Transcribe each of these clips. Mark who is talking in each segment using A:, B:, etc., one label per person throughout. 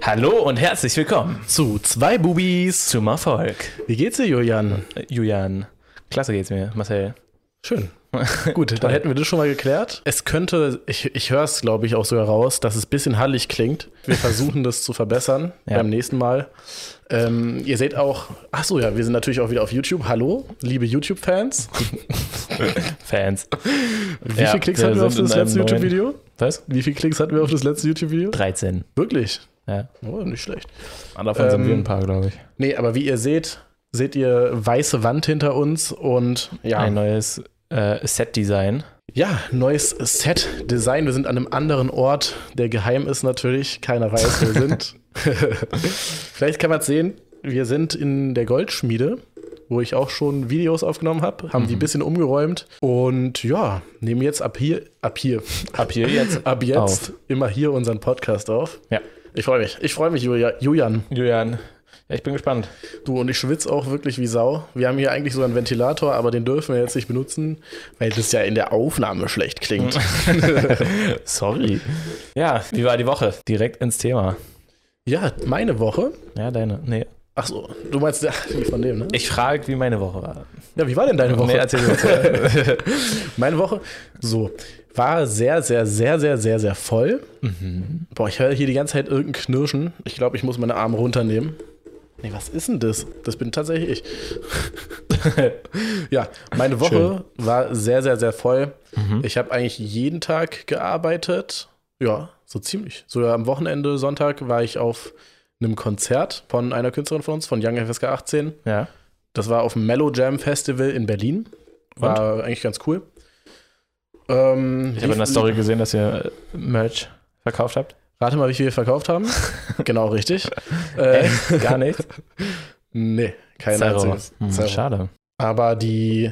A: Hallo und herzlich willkommen
B: zu zwei Bubis.
A: zum Erfolg.
B: Wie geht's dir, Julian?
A: Äh, Julian, klasse geht's mir, Marcel.
B: Schön. Gut, dann hätten wir das schon mal geklärt. Es könnte, ich, ich höre es, glaube ich, auch sogar raus, dass es ein bisschen hallig klingt. Wir versuchen das zu verbessern
A: Ja.
B: beim nächsten Mal. Ähm, ihr seht auch, ach so, ja, wir sind natürlich auch wieder auf YouTube. Hallo, liebe YouTube-Fans.
A: Fans.
B: Wie
A: Ja,
B: viele Klicks
A: wir
B: hatten wir auf
A: sind in
B: das letzte
A: einem neuen-
B: YouTube-Video?
A: Was?
B: Wie viele Klicks hatten wir auf das letzte YouTube-Video?
A: 13.
B: Wirklich?
A: Ja.
B: Oh, nicht schlecht.
A: Davon
B: Ähm,
A: sind wir ein paar, glaube ich.
B: Nee, aber wie ihr seht, seht ihr weiße Wand hinter uns und ja.
A: Ein neues äh, Set-Design.
B: Ja, neues Set-Design. Wir sind an einem anderen Ort, der geheim ist natürlich. Keiner weiß, wo wir sind. Vielleicht kann man es sehen. Wir sind in der Goldschmiede, wo ich auch schon Videos aufgenommen habe, haben die ein bisschen umgeräumt und ja, nehmen jetzt ab hier, ab hier,
A: Ab hier jetzt.
B: ab jetzt immer hier unseren Podcast auf.
A: Ja.
B: Ich freue mich. Ich freue mich, Julia, Julian.
A: Julian, ja, ich bin gespannt.
B: Du und ich schwitze auch wirklich wie Sau. Wir haben hier eigentlich so einen Ventilator, aber den dürfen wir jetzt nicht benutzen, weil das ja in der Aufnahme schlecht klingt.
A: Sorry. Ja, wie war die Woche? Direkt ins Thema.
B: ja, meine Woche
A: Ja, deine. Nee.
B: Ach so, du meinst ach, die von dem, ne?
A: Ich frage, wie meine Woche war.
B: Ja, wie war denn deine Woche?
A: Nee, erzähl uns.
B: Meine Woche, so, war sehr, sehr, sehr, sehr, sehr, sehr voll.
A: Mhm.
B: Boah, ich höre hier die ganze Zeit irgendein Knirschen. Ich glaube, ich muss meine Arme runternehmen. Nee, was ist denn das? Das bin tatsächlich ich. ja, meine Woche war sehr, sehr, sehr voll.
A: Mhm.
B: Ich habe eigentlich jeden Tag gearbeitet. Ja, so ziemlich. Sogar am Wochenende, Sonntag, war ich auf einem Konzert von einer Künstlerin von uns, von Young FSK 18.
A: ja.
B: Das war auf dem Mellow Jam Festival in Berlin. War eigentlich ganz cool. Ähm,
A: Ich habe in der
B: lief-
A: Story gesehen, dass ihr äh, Merch verkauft habt.
B: Rate mal, wie viel wir verkauft haben. genau, richtig. äh,
A: Gar nichts.
B: nee, kein
A: Zero.
B: einziges.
A: Hm,
B: Zero.
A: schade.
B: Aber die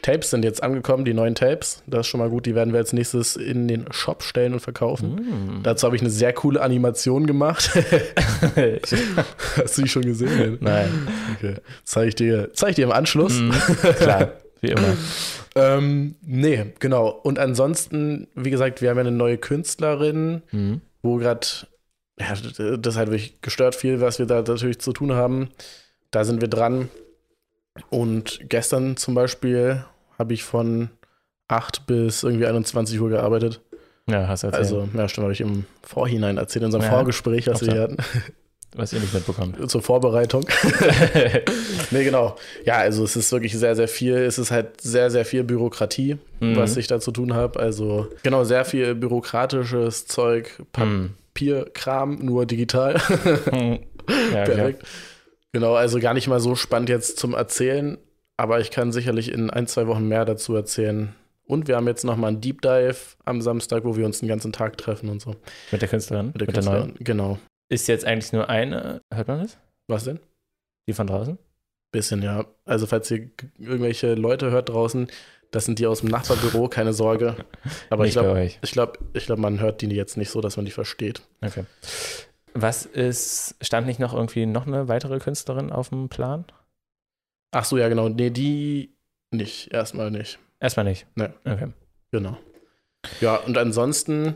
B: Tapes sind jetzt angekommen, die neuen Tapes. Das ist schon mal gut. Die werden wir als nächstes in den Shop stellen und verkaufen.
A: Mhm.
B: Dazu habe ich eine sehr coole Animation gemacht. Hast du die schon gesehen?
A: Nein. Hm.
B: Okay. Zeige ich dir, zeig ich dir im Anschluss.
A: Mhm. Klar, wie immer.
B: Ähm, nee, genau. Und ansonsten, wie gesagt, wir haben ja eine neue Künstlerin, wo gerade, ja, das ist halt wirklich gestört viel, was wir da natürlich zu tun haben. Da sind wir dran. Und gestern zum Beispiel habe ich von 8 bis irgendwie 21 Uhr gearbeitet.
A: Ja, hast du erzählt, also,
B: Also, ja, stimmt, habe ich im Vorhinein erzählt, in unserem
A: Ja.
B: Vorgespräch, was wir
A: Hoppsa.
B: hier hatten
A: was ihr nicht mitbekommt.
B: zur Vorbereitung. nee, genau. Ja, also es ist wirklich sehr, sehr viel. Es ist halt sehr, sehr viel Bürokratie,
A: Mhm.
B: was ich da zu tun habe. Also genau, sehr viel bürokratisches Zeug, Hm. Papierkram, nur digital.
A: Ja,
B: Perfekt. Genau, also gar nicht mal so spannend jetzt zum Erzählen, aber ich kann sicherlich in ein, zwei Wochen mehr dazu erzählen. Und wir haben jetzt nochmal einen Deep Dive am Samstag, wo wir uns den ganzen Tag treffen und so.
A: klar. Mit der Künstlerin, mit der,
B: Künstlerin.
A: neuen.
B: Genau.
A: Ist jetzt eigentlich nur eine, hört man das?
B: Was denn?
A: Die von draußen?
B: Bisschen, ja. Also, falls ihr g- irgendwelche Leute hört draußen, das sind die aus dem Nachbarbüro, keine Sorge. Aber ich
A: nicht
B: glaube,
A: bei euch.
B: ich glaube, ich glaube, man hört die jetzt nicht so, dass man die versteht.
A: Okay. Was ist, stand nicht noch irgendwie noch eine weitere Künstlerin auf dem Plan?
B: Ach so, ja, genau. Nee, die nicht. Erstmal nicht.
A: Erstmal nicht.
B: Nein.
A: Okay.
B: Genau. Ja, und ansonsten,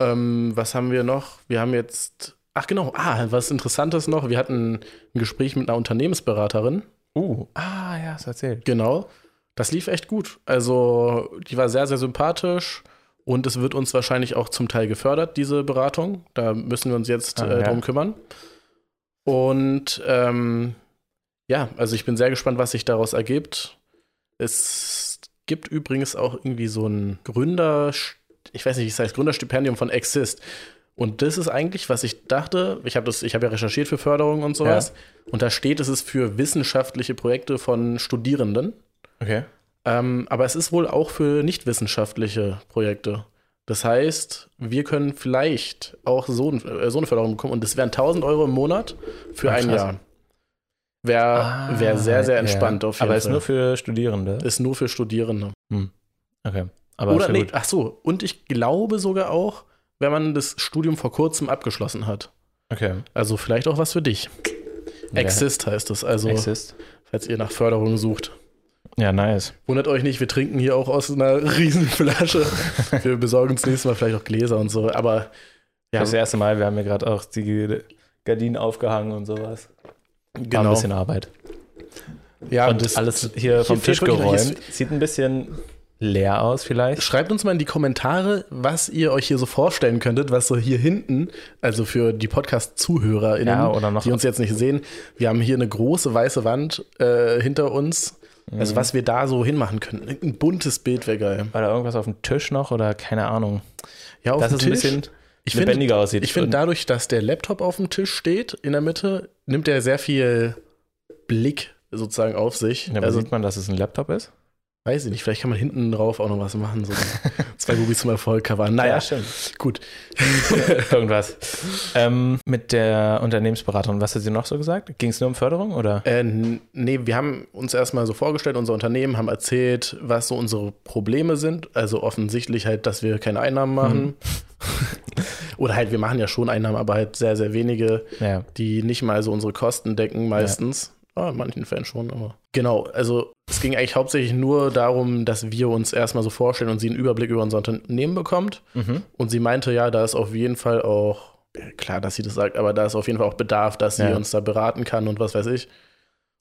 B: ähm, was haben wir noch? Wir haben jetzt, ach genau, ah, was Interessantes noch. Wir hatten ein Gespräch mit einer Unternehmensberaterin.
A: Uh, ah, ja, hast du erzählt.
B: Genau. Das lief echt gut. Also, die war sehr, sehr sympathisch und es wird uns wahrscheinlich auch zum Teil gefördert, diese Beratung. Da müssen wir uns jetzt
A: Ah,
B: äh,
A: ja.
B: drum kümmern. Und ähm, ja, also ich bin sehr gespannt, was sich daraus ergibt. Es gibt übrigens auch irgendwie so ein Gründer, ich weiß nicht, ich sage Gründerstipendium von Exist. Und das ist eigentlich, was ich dachte. Ich habe das, ich habe ja recherchiert für Förderung und sowas. Und da steht, es ist für wissenschaftliche Projekte von Studierenden.
A: Okay.
B: Ähm, aber es ist wohl auch für nichtwissenschaftliche Projekte. Das heißt, wir können vielleicht auch so, ein, äh, so eine Förderung bekommen. Und das wären 1000 Euro im Monat für
A: Ah,
B: ein
A: krass.
B: Jahr. Wäre Ah, wär sehr, sehr entspannt
A: Ah. ja.
B: auf jeden
A: Aber ist
B: Fall.
A: nur für Studierende.
B: ist nur für Studierende.
A: Okay. Aber
B: Oder
A: ist ja
B: nee,
A: gut.
B: ach so. Und ich glaube sogar auch, wenn man das Studium vor kurzem abgeschlossen hat.
A: Okay.
B: Also vielleicht auch was für dich.
A: Ja.
B: Exist heißt es. Also,
A: Exist.
B: falls ihr nach Förderung sucht.
A: Ja, nice.
B: Wundert euch nicht, wir trinken hier auch aus einer riesen Flasche. Wir besorgen uns nächstes Mal vielleicht auch Gläser und so. Aber ja,
A: Das erste Mal, wir haben ja gerade auch die Gardinen aufgehangen und sowas. War ein
B: Genau.
A: bisschen Arbeit.
B: Ja,
A: und
B: das,
A: alles hier vom
B: fehlt
A: Tisch
B: wirklich noch- hier
A: geräumt. Sieht ein bisschen leer aus vielleicht.
B: Schreibt uns mal in die Kommentare, was ihr euch hier so vorstellen könntet, was so hier hinten, also für die Podcast-ZuhörerInnen,
A: Ja, oder noch-
B: die uns jetzt nicht sehen, wir haben hier eine große weiße Wand äh, hinter uns.
A: Mhm.
B: Also, was wir da so hinmachen könnten. Ein buntes Bild wäre geil.
A: War da irgendwas auf dem Tisch noch oder keine Ahnung.
B: Ja, auf
A: Dass
B: dem
A: es ein
B: Tisch.
A: bisschen
B: ich
A: lebendiger
B: finde,
A: aussieht.
B: Ich finde,
A: Und-
B: dadurch, dass der Laptop auf dem Tisch steht, in der Mitte, nimmt er sehr viel Blick sozusagen auf sich.
A: Ja, aber
B: also,
A: sieht man, dass es ein Laptop ist?
B: weiß ich nicht, vielleicht kann man hinten drauf auch noch was machen. So zwei Bubis zum Erfolg covern. Naja,
A: stimmt.
B: gut.
A: Irgendwas. ähm, mit der Unternehmensberaterin, was hat sie noch so gesagt? Ging es nur um Förderung oder?
B: Äh, n- nee, wir haben uns erstmal so vorgestellt, unser Unternehmen, haben erzählt, was so unsere Probleme sind. Also offensichtlich halt, dass wir keine Einnahmen machen. Oder halt, wir machen ja schon Einnahmen, aber halt sehr, sehr wenige,
A: Ja.
B: die nicht mal so unsere Kosten decken meistens. Ah, in manchen Fällen schon, aber. Genau, also es ging eigentlich hauptsächlich nur darum, dass wir uns erstmal so vorstellen und sie einen Überblick über unser Unternehmen bekommt.
A: Mhm.
B: Und sie meinte, ja, da ist auf jeden Fall auch, ja, klar, dass sie das sagt, aber da ist auf jeden Fall auch Bedarf, dass sie
A: Ja.
B: uns da beraten kann und was weiß ich.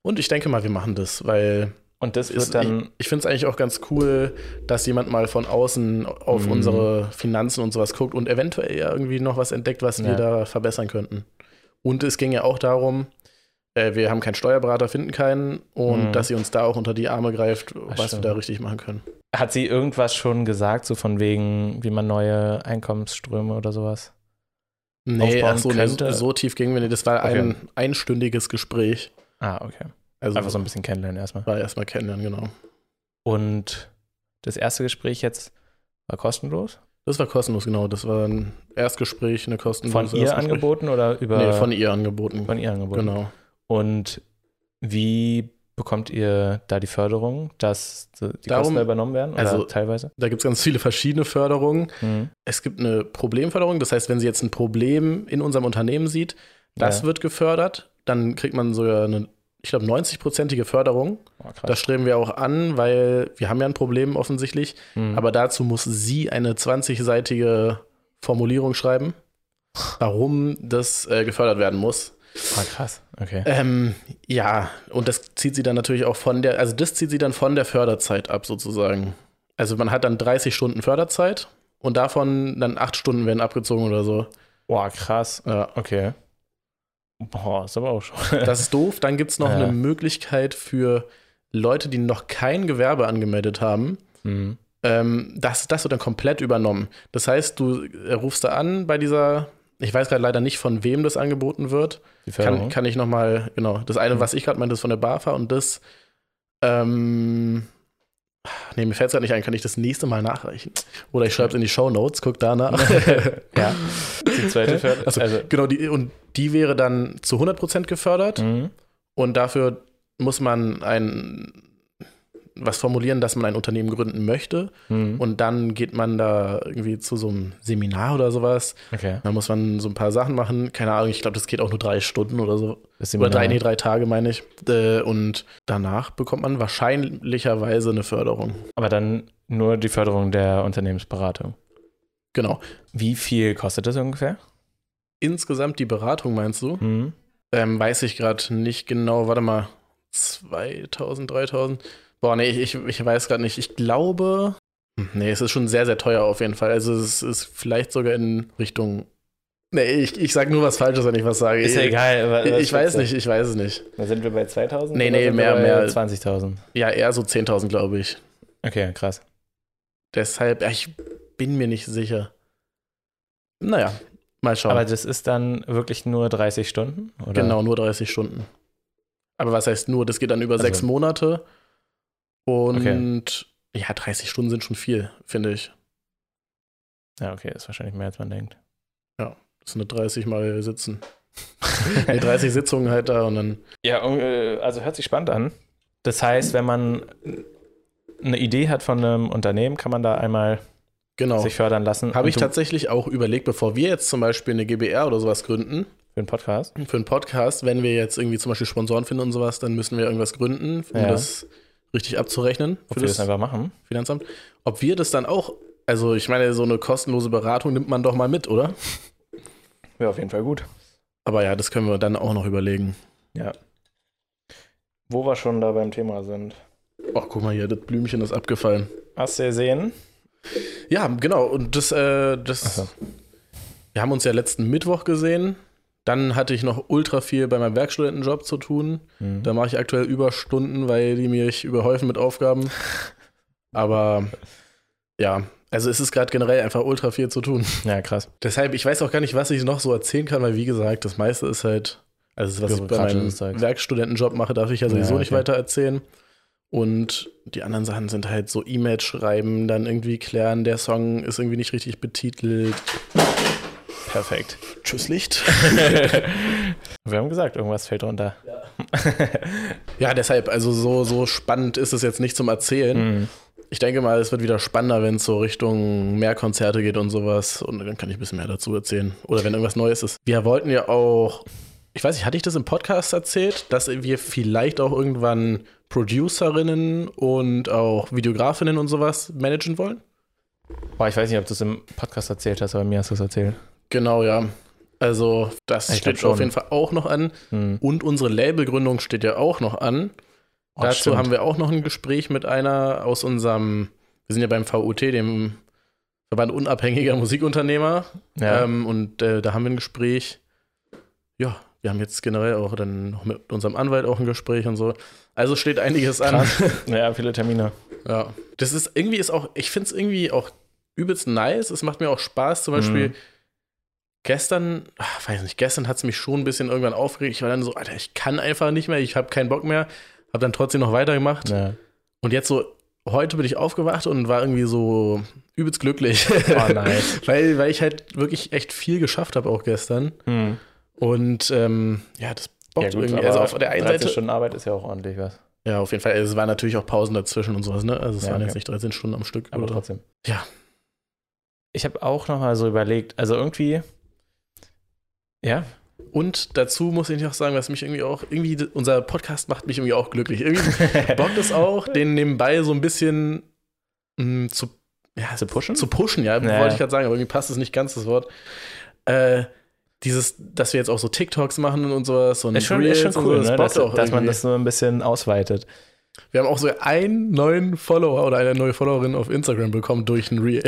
B: Und ich denke mal, wir machen das, weil
A: Und das
B: es,
A: wird dann.
B: ich, ich finde es eigentlich auch ganz cool, dass jemand mal von außen auf
A: Mhm.
B: unsere Finanzen und sowas guckt und eventuell ja irgendwie noch was entdeckt, was wir
A: Ja.
B: da verbessern könnten. Und es ging ja auch darum, äh, wir haben keinen Steuerberater, finden keinen und
A: Mhm.
B: dass sie uns da auch unter die Arme greift,
A: Das
B: was
A: stimmt.
B: wir da richtig machen können.
A: Hat sie irgendwas schon gesagt, so von wegen, wie man neue Einkommensströme oder sowas?
B: Nee,
A: aufbauen
B: ach so, nee,
A: könnte.
B: so tief gingen wir nicht. Das war ein einstündiges Gespräch.
A: Ah, okay.
B: Also
A: Einfach so ein bisschen kennenlernen erstmal.
B: war erstmal kennenlernen, genau.
A: Und das erste Gespräch jetzt war kostenlos?
B: Das war kostenlos, genau. Das war ein Erstgespräch, eine kostenlose
A: Von ihr angeboten oder über.
B: Nee, von ihr angeboten.
A: von ihr angeboten.
B: Genau.
A: Und wie bekommt ihr da die Förderung, dass die
B: Darum-
A: Kosten da übernommen werden? Oder
B: also-
A: teilweise?
B: Da gibt es ganz viele verschiedene Förderungen.
A: Mhm.
B: Es gibt eine Problemförderung, das heißt, wenn sie jetzt ein Problem in unserem Unternehmen sieht, das
A: Ja.
B: wird gefördert, dann kriegt man sogar eine, ich glaube, 90-prozentige Förderung.
A: Oh,
B: Das
A: krass.
B: streben wir auch an, weil wir haben ja ein Problem offensichtlich.
A: Mhm.
B: Aber dazu muss sie eine 20-seitige Formulierung schreiben, warum das äh, gefördert werden muss.
A: Ah, krass. Okay.
B: Ähm, ja, und das zieht sie dann natürlich auch von der, also das zieht sie dann von der Förderzeit ab sozusagen. Also man hat dann 30 Stunden Förderzeit und davon dann 8 Stunden werden abgezogen oder so.
A: Boah, krass.
B: Ja,
A: Okay. Boah, ist aber auch schon.
B: das ist doof. Dann gibt es noch
A: Ja.
B: eine Möglichkeit für Leute, die noch kein Gewerbe angemeldet haben,
A: Mhm.
B: ähm, das, das wird dann komplett übernommen. Das heißt, du äh, rufst da an bei dieser, ich weiß gerade leider nicht, von wem das angeboten wird.
A: Die Förderung.
B: Kann, kann ich nochmal, genau, das eine,
A: Mhm.
B: was ich gerade meinte, ist von der BAFA und das, ähm, nee, mir fällt es gerade nicht ein, kann ich das nächste Mal nachreichen? Oder ich schreibe es in die Show Notes, guck danach.
A: ja. Die zweite Förderung.
B: Also,
A: Also,
B: genau, die, und die wäre dann zu 100% gefördert
A: mhm.
B: und dafür muss man ein, was formulieren, dass man ein Unternehmen gründen möchte
A: Mhm.
B: und dann geht man da irgendwie zu so einem Seminar oder sowas.
A: Okay.
B: Da muss man so ein paar Sachen machen, keine Ahnung, ich glaube, das geht auch nur drei Stunden oder so.
A: Das
B: Über
A: Seminar.
B: drei, nee, drei Tage meine ich. Äh, Und danach bekommt man wahrscheinlicherweise eine Förderung.
A: Aber dann nur die Förderung der Unternehmensberatung.
B: Genau.
A: Wie viel kostet das ungefähr?
B: Insgesamt die Beratung, meinst du?
A: Mhm.
B: Ähm, weiß ich gerade nicht genau. Warte mal. 2000, 3000? Boah, nee, ich, ich weiß gerade nicht. Ich glaube. Hm, Nee, es ist schon sehr, sehr teuer auf jeden Fall. Also es ist vielleicht sogar in Richtung. Nee, ich, ich sag nur was Falsches, wenn ich was sage.
A: Ist ja egal. aber-
B: Ich, Äh, ich weiß
A: was-
B: nicht, ich weiß es nicht.
A: Da sind wir bei 2000?
B: Nee,
A: oder
B: nee,
A: sind
B: mehr,
A: wir bei
B: mehr.
A: 20.000.
B: Ja, eher so 10.000, glaube ich.
A: Okay, krass.
B: Deshalb, ja, ich bin mir nicht sicher. Naja, mal schauen.
A: Aber das ist dann wirklich nur 30 Stunden? Oder?
B: genau, nur 30 Stunden. Aber was heißt nur? Das geht dann über
A: Also-
B: sechs Monate. Und ja, 30 Stunden sind schon viel, finde ich.
A: Ja, okay, ist wahrscheinlich mehr, als man denkt.
B: Das sind 30 Mal sitzen. nee, 30 Sitzungen halt da und dann.
A: Ja, um, äh, also hört sich spannend an. Das heißt, wenn man eine Idee hat von einem Unternehmen, kann man da einmal
B: Genau.
A: sich fördern lassen.
B: Habe
A: Und
B: ich
A: du-
B: tatsächlich auch überlegt, bevor wir jetzt zum Beispiel eine GBR oder sowas gründen,
A: für einen Podcast?
B: für einen Podcast, wenn wir jetzt irgendwie zum Beispiel Sponsoren finden und sowas, dann müssen wir irgendwas gründen, um
A: Ja.
B: das richtig abzurechnen.
A: Ob wir das einfach machen?
B: Finanzamt, ob wir das dann auch, also ich meine, so eine kostenlose Beratung nimmt man doch mal mit, oder?
A: Wäre auf jeden Fall gut.
B: Aber ja, das können wir dann auch noch überlegen.
A: Wo wir schon da beim Thema sind.
B: Ach, guck mal hier, das Blümchen ist abgefallen.
A: Hast du gesehen?
B: Ja, genau. Und das, äh, das.
A: Ach
B: Wir haben uns ja letzten Mittwoch gesehen. Dann hatte ich noch ultra viel bei meinem Werkstudentenjob zu tun.
A: Mhm.
B: Da mache ich aktuell Überstunden, weil die mich überhäufen mit Aufgaben. Aber ja, also es ist gerade generell einfach ultra viel zu tun.
A: Ja, krass.
B: Deshalb, ich weiß auch gar nicht, was ich noch so erzählen kann, weil wie gesagt, das meiste ist halt, also das, was ich bei meinem
A: Bürokratisches Zeug.
B: Werkstudentenjob mache, darf ich ja sowieso
A: Ja,
B: nicht
A: okay.
B: weiter erzählen. Und die anderen Sachen sind halt so E-Mails schreiben, dann irgendwie klären, der Song ist irgendwie nicht richtig betitelt. Perfekt. Tschüss Licht.
A: Wir haben gesagt, irgendwas fällt runter.
B: ja, deshalb, also so, so spannend ist es jetzt nicht zum Erzählen.
A: Mhm.
B: Ich denke mal, es wird wieder spannender, wenn es so Richtung mehr Konzerte geht und sowas. Und dann kann ich ein bisschen mehr dazu erzählen. Oder wenn irgendwas Neues ist. Wir wollten ja auch, ich weiß nicht, hatte ich das im Podcast erzählt, dass wir vielleicht auch irgendwann Producerinnen und auch Videografinnen und sowas managen wollen?
A: Boah, ich weiß nicht, ob du es im Podcast erzählt hast, aber mir hast du es erzählt.
B: Genau, ja. Also, das
A: Ich glaub
B: steht auf
A: schon.
B: jeden Fall auch noch an.
A: Mhm.
B: Und unsere Labelgründung steht ja auch noch an.
A: Oh,
B: Dazu
A: stimmt.
B: haben wir auch noch ein Gespräch mit einer aus unserem, wir sind ja beim VUT, dem Verband unabhängiger Musikunternehmer.
A: ja.
B: Ähm, und äh, da haben wir ein Gespräch. Ja, wir haben jetzt generell auch dann noch mit unserem Anwalt auch ein Gespräch und so. Also steht einiges an.
A: ja, viele Termine.
B: Ja. Das ist irgendwie ist auch, ich finde es irgendwie auch übelst nice. Es macht mir auch Spaß. Zum Beispiel
A: Mhm.
B: gestern, ach, weiß nicht, gestern hat es mich schon ein bisschen irgendwann aufgeregt. Ich war dann so, Alter, ich kann einfach nicht mehr, ich habe keinen Bock mehr. Hab dann trotzdem noch weitergemacht.
A: Ja.
B: Und jetzt so, heute bin ich aufgewacht und war irgendwie so übelst glücklich.
A: Oh, nice.
B: weil, weil ich halt wirklich echt viel geschafft habe auch gestern.
A: Mhm. Und
B: Ähm, ja, das bockt irgendwie. Also auf der einen
A: 13
B: Seite.
A: Stunden Arbeit ist ja auch ordentlich was.
B: Ja, auf jeden Fall. Also Es waren natürlich auch Pausen dazwischen und sowas, ne? Also es
A: Ja,
B: waren jetzt
A: okay.
B: nicht 13 Stunden am Stück.
A: Aber
B: oder-
A: trotzdem.
B: Ja.
A: Ich habe auch nochmal so überlegt, also irgendwie. Ja,
B: Und dazu muss ich noch sagen, was mich irgendwie auch, irgendwie, d- unser Podcast macht mich irgendwie auch glücklich. Irgendwie bockt es auch, den nebenbei so ein bisschen mm, zu, ja,
A: Zu pushen?
B: Zu pushen, ja,
A: Ja.
B: wollte ich gerade sagen, aber irgendwie passt es nicht ganz das Wort. Äh, dieses, dass wir jetzt auch so TikToks machen und sowas und
A: ist schon, ist schon
B: Reels und
A: cool,
B: so,
A: ne, dass,
B: das bockt auch
A: dass man
B: irgendwie.
A: das so ein bisschen ausweitet.
B: Wir haben auch so einen neuen Follower oder eine neue Followerin auf Instagram bekommen durch ein Reel.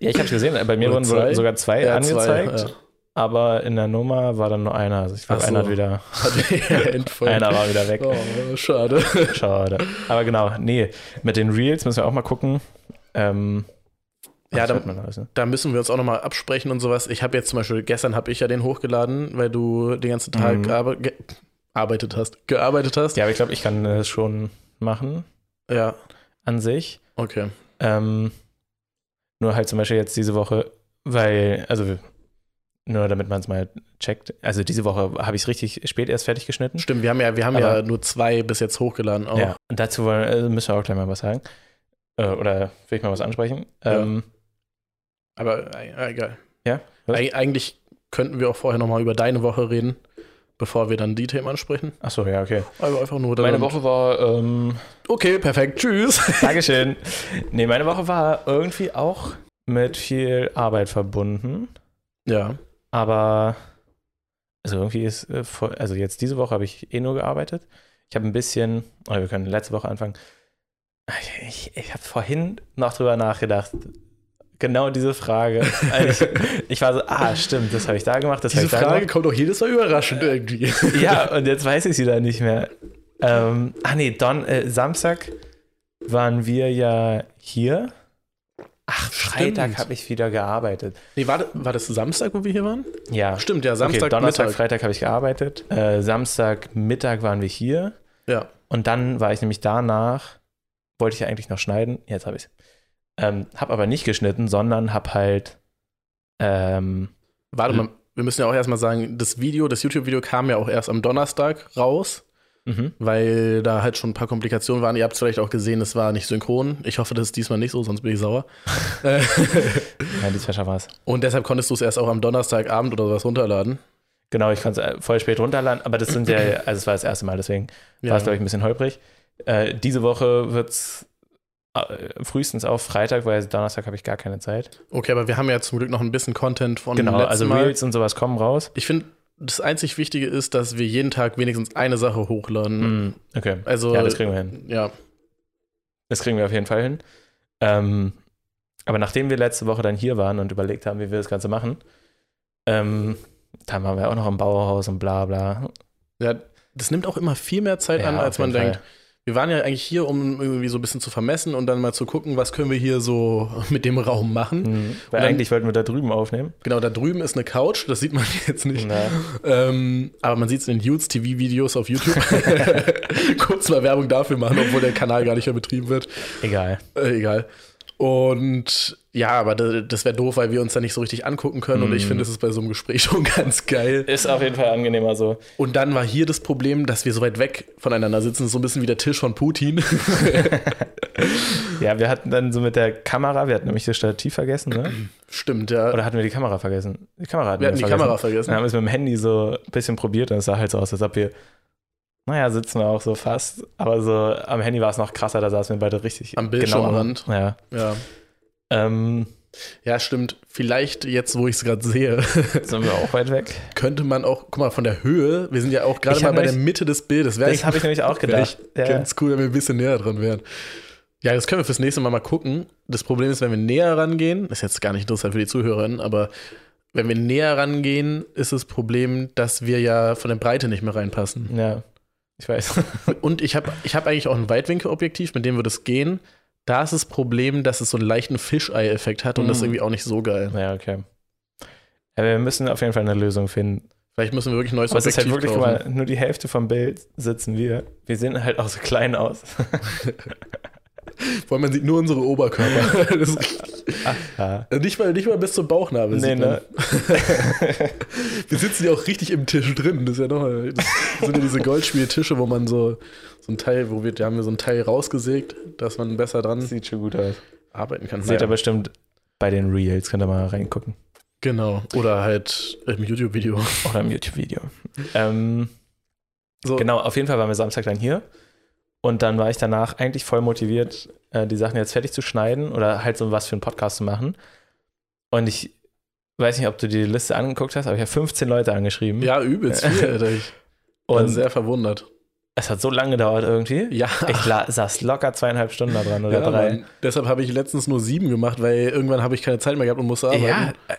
A: Ja, ich habe gesehen, bei mir
B: Oder
A: wurden
B: zwei?
A: sogar zwei
B: Ja, zwei,
A: angezeigt,
B: ja.
A: aber in der Nummer war dann nur einer. Also ich glaube,
B: Ach
A: einer
B: so.
A: hat wieder,
B: Endfolge.
A: einer war wieder weg.
B: Oh, schade.
A: Schade. Aber genau, nee, mit den Reels müssen wir auch mal gucken. Ähm,
B: Ja,
A: was
B: da-
A: hört man alles, ne?
B: Da müssen wir uns auch nochmal absprechen und sowas. Ich habe jetzt zum Beispiel, gestern habe ich ja den hochgeladen, weil du den ganzen Tag
A: Mhm.
B: gearbe ge arbeitet hast. Gearbeitet hast?
A: ja, aber ich glaube, ich kann das schon machen
B: Ja,
A: an sich.
B: okay.
A: Ähm, nur halt zum Beispiel jetzt diese Woche, weil, also wir- nur damit man es mal checkt, also diese Woche habe ich es richtig spät erst fertig geschnitten.
B: Stimmt, wir haben ja, wir haben
A: Aber-
B: ja nur zwei bis jetzt hochgeladen auch.
A: Ja, und dazu wollen, äh, müssen wir auch gleich mal was sagen. Äh, oder will ich mal was ansprechen?
B: Ja.
A: Ähm,
B: Aber äh, egal.
A: Ja, was?
B: Eig eigentlich könnten wir auch vorher nochmal über deine Woche reden, bevor wir dann die Themen ansprechen.
A: Achso, ja, okay.
B: Aber einfach nur
A: Meine Woche war, ähm,
B: Okay, perfekt. Tschüss.
A: Dankeschön. Nee, meine Woche war irgendwie auch mit viel Arbeit verbunden,
B: Ja.
A: aber also irgendwie ist, äh, voll, also jetzt diese Woche habe ich eh nur gearbeitet. Ich habe ein bisschen, oh, wir können letzte Woche anfangen. Ich, ich habe vorhin noch drüber nachgedacht. Genau diese Frage. Also ich, ich war so, ah, stimmt, das habe ich da gemacht, das habe
B: Diese
A: ich da gemacht.
B: Frage kommt auch jedes Mal überraschend irgendwie.
A: Ja, und jetzt weiß ich sie da nicht mehr. Ähm, ach nee, Don, äh, Samstag waren wir ja hier. Ach, Freitag
B: Stimmt.
A: habe ich wieder gearbeitet.
B: Nee, war, das- war das Samstag, wo wir hier waren?
A: Ja,
B: Stimmt, ja, Samstag,
A: okay, Donnerstag,
B: Mittag.
A: Freitag habe ich gearbeitet. Äh, Samstag Mittag waren wir hier.
B: Ja.
A: Und dann war ich nämlich danach, wollte ich ja eigentlich noch schneiden. Jetzt habe ich es. Ähm, habe aber nicht geschnitten, sondern habe halt ähm,
B: Warte
A: Mhm.
B: mal, wir müssen ja auch erstmal sagen, das Video, das YouTube-Video kam ja auch erst am Donnerstag raus,
A: mhm.
B: weil da halt schon ein paar Komplikationen waren. Ihr habt es vielleicht auch gesehen, es war nicht synchron. Ich hoffe, das ist diesmal nicht so, sonst bin ich sauer. Äh,
A: ja, die Zwischer war es.
B: Und deshalb konntest du es erst auch am Donnerstagabend oder sowas runterladen.
A: Genau, ich konnte es voll spät runterladen, aber das sind ja, also es war das erste Mal, deswegen war es, glaube ich, ein bisschen holprig. Äh, diese Woche wird es äh, frühestens auf Freitag, weil Donnerstag habe ich gar keine Zeit.
B: okay, aber wir haben ja zum Glück noch ein bisschen Content von
A: Genau,
B: letzten
A: also
B: Mal.
A: Reels und sowas kommen raus.
B: Ich finde, das einzig Wichtige ist, dass wir jeden Tag wenigstens eine Sache hochladen.
A: Mm, okay.
B: Also,
A: Ja, das kriegen wir hin.
B: ja.
A: Das kriegen wir auf jeden Fall hin. Ähm, aber nachdem wir letzte Woche dann hier waren und überlegt haben, wie wir das Ganze machen, ähm, dann waren wir auch noch im Bauhaus und bla bla.
B: ja, das nimmt auch immer viel mehr Zeit
A: Ja,
B: Halt an, als
A: auf
B: man
A: jeden Fall.
B: denkt. Wir waren ja eigentlich hier, um irgendwie so ein bisschen zu vermessen und dann mal zu gucken, was können wir hier so mit dem Raum machen.
A: Mhm. Weil
B: dann-
A: eigentlich wollten wir da drüben aufnehmen.
B: Genau, da drüben ist eine Couch, das sieht man jetzt nicht.
A: Na,
B: Ähm, aber man sieht es in den Hudes TV-Videos auf YouTube. Kurz mal Werbung dafür machen, obwohl der Kanal gar nicht mehr betrieben wird.
A: egal.
B: Äh, egal. Und ja, aber da- das wäre doof, weil wir uns da nicht so richtig angucken können. Und ich finde, das ist bei so einem Gespräch schon ganz geil.
A: Ist auf jeden Fall angenehmer so.
B: Und dann war hier das Problem, dass wir so weit weg voneinander sitzen, so ein bisschen wie der Tisch von Putin.
A: Ja, wir hatten dann so mit der Kamera, wir hatten nämlich das Stativ vergessen, ne?
B: Stimmt, ja.
A: Oder hatten wir die Kamera vergessen? Die Kamera hatten
B: Äh. wir hatten die Kamera vergessen.
A: Dann haben wir es mit dem Handy so ein bisschen probiert und es sah halt so aus, als ob wir, naja, sitzen wir auch so fast. Aber so am Handy war es noch krasser, da saßen wir beide richtig
B: Am Bildschirmrand.
A: Genau, ja.
B: Ja.
A: Ähm,
B: ja, stimmt. Vielleicht jetzt, wo ich es gerade sehe,
A: sind wir auch weit weg.
B: könnte man auch, guck mal, von der Höhe, wir sind ja auch gerade
A: Ich
B: mal
A: hab
B: bei der
A: nämlich-
B: Mitte des Bildes. Wäre
A: Das habe ich nämlich auch gedacht.
B: Wär
A: Ja.
B: Ganz cool, wenn wir ein bisschen näher dran wären. Ja, das können wir fürs nächste Mal mal gucken. Das Problem ist, wenn wir näher rangehen, ist jetzt gar nicht interessant für die Zuhörerinnen, aber wenn wir näher rangehen, ist das Problem, dass wir ja von der Breite nicht mehr reinpassen.
A: ja, ich weiß.
B: Und ich habe ich hab eigentlich auch ein Weitwinkelobjektiv, mit dem würde es gehen. Da ist das Problem, dass es so einen leichten Fisheye-Effekt hat und das ist
A: Mhm.
B: irgendwie auch nicht so geil.
A: naja, okay. Ja, wir müssen auf jeden Fall eine Lösung finden.
B: Vielleicht müssen wir wirklich ein neues
A: Aber es ist halt
B: Objektiv
A: wirklich guck
B: kaufen.
A: mal, nur die Hälfte vom Bild sitzen wir. Wir sehen halt auch so klein aus.
B: Vor allem, man sieht nur unsere Oberkörper. das ist Also
A: Ach, ja.
B: Nicht mal, nicht mal bis zum Bauchnabel.
A: Nee,
B: sieht man.
A: ne?
B: Wir sitzen ja auch richtig im Tisch drin. Das, ist ja noch, das sind ja diese Goldspieltische, wo man so, so ein Teil, wo wir, da haben wir so ein Teil rausgesägt, dass man besser dran
A: Sieht schon gut aus.
B: arbeiten kann.
A: Seht ihr
B: Naja,
A: bestimmt bei den Reels, könnt ihr mal reingucken.
B: genau. Oder halt im YouTube-Video.
A: Oder im YouTube-Video. ähm,
B: So.
A: Genau, auf jeden Fall waren wir Samstag dann hier. Und dann war ich danach eigentlich voll motiviert, äh, die Sachen jetzt fertig zu schneiden oder halt so was für einen Podcast zu machen. Und ich weiß nicht, ob du dir die Liste angeguckt hast, aber ich habe 15 Leute angeschrieben.
B: Ja, übelst viel, Alter. Ich bin
A: und
B: sehr verwundert.
A: es hat so lange gedauert irgendwie.
B: Ja.
A: Ich la- saß locker zweieinhalb Stunden da dran oder
B: ja,
A: drei.
B: Mann. Deshalb habe ich letztens nur sieben gemacht, weil irgendwann habe ich keine Zeit mehr gehabt und musste arbeiten.
A: Ja, äh,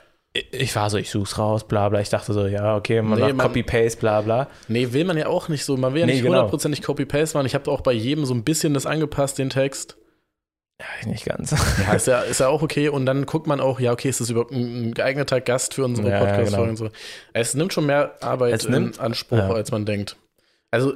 A: ich war so, ich such's raus, bla bla. Ich dachte so, ja, okay, man
B: Nee,
A: macht
B: man-
A: Copy-Paste, bla bla.
B: Nee, will man ja auch nicht so. Man will ja
A: Nee,
B: nicht
A: genau.
B: hundertprozentig Copy-Paste machen. Ich habe auch bei jedem so ein bisschen das angepasst, den Text.
A: Ja, nicht ganz.
B: Ja, ist ja, ist ja auch okay. Und dann guckt man auch, ja, okay, ist das überhaupt ein ein geeigneter Gast für unsere
A: Ja, ja,
B: Podcast-Folgen?
A: genau.
B: und so. Es nimmt schon mehr Arbeit
A: Es nimmt-
B: in Anspruch,
A: ja.
B: als man denkt. Also,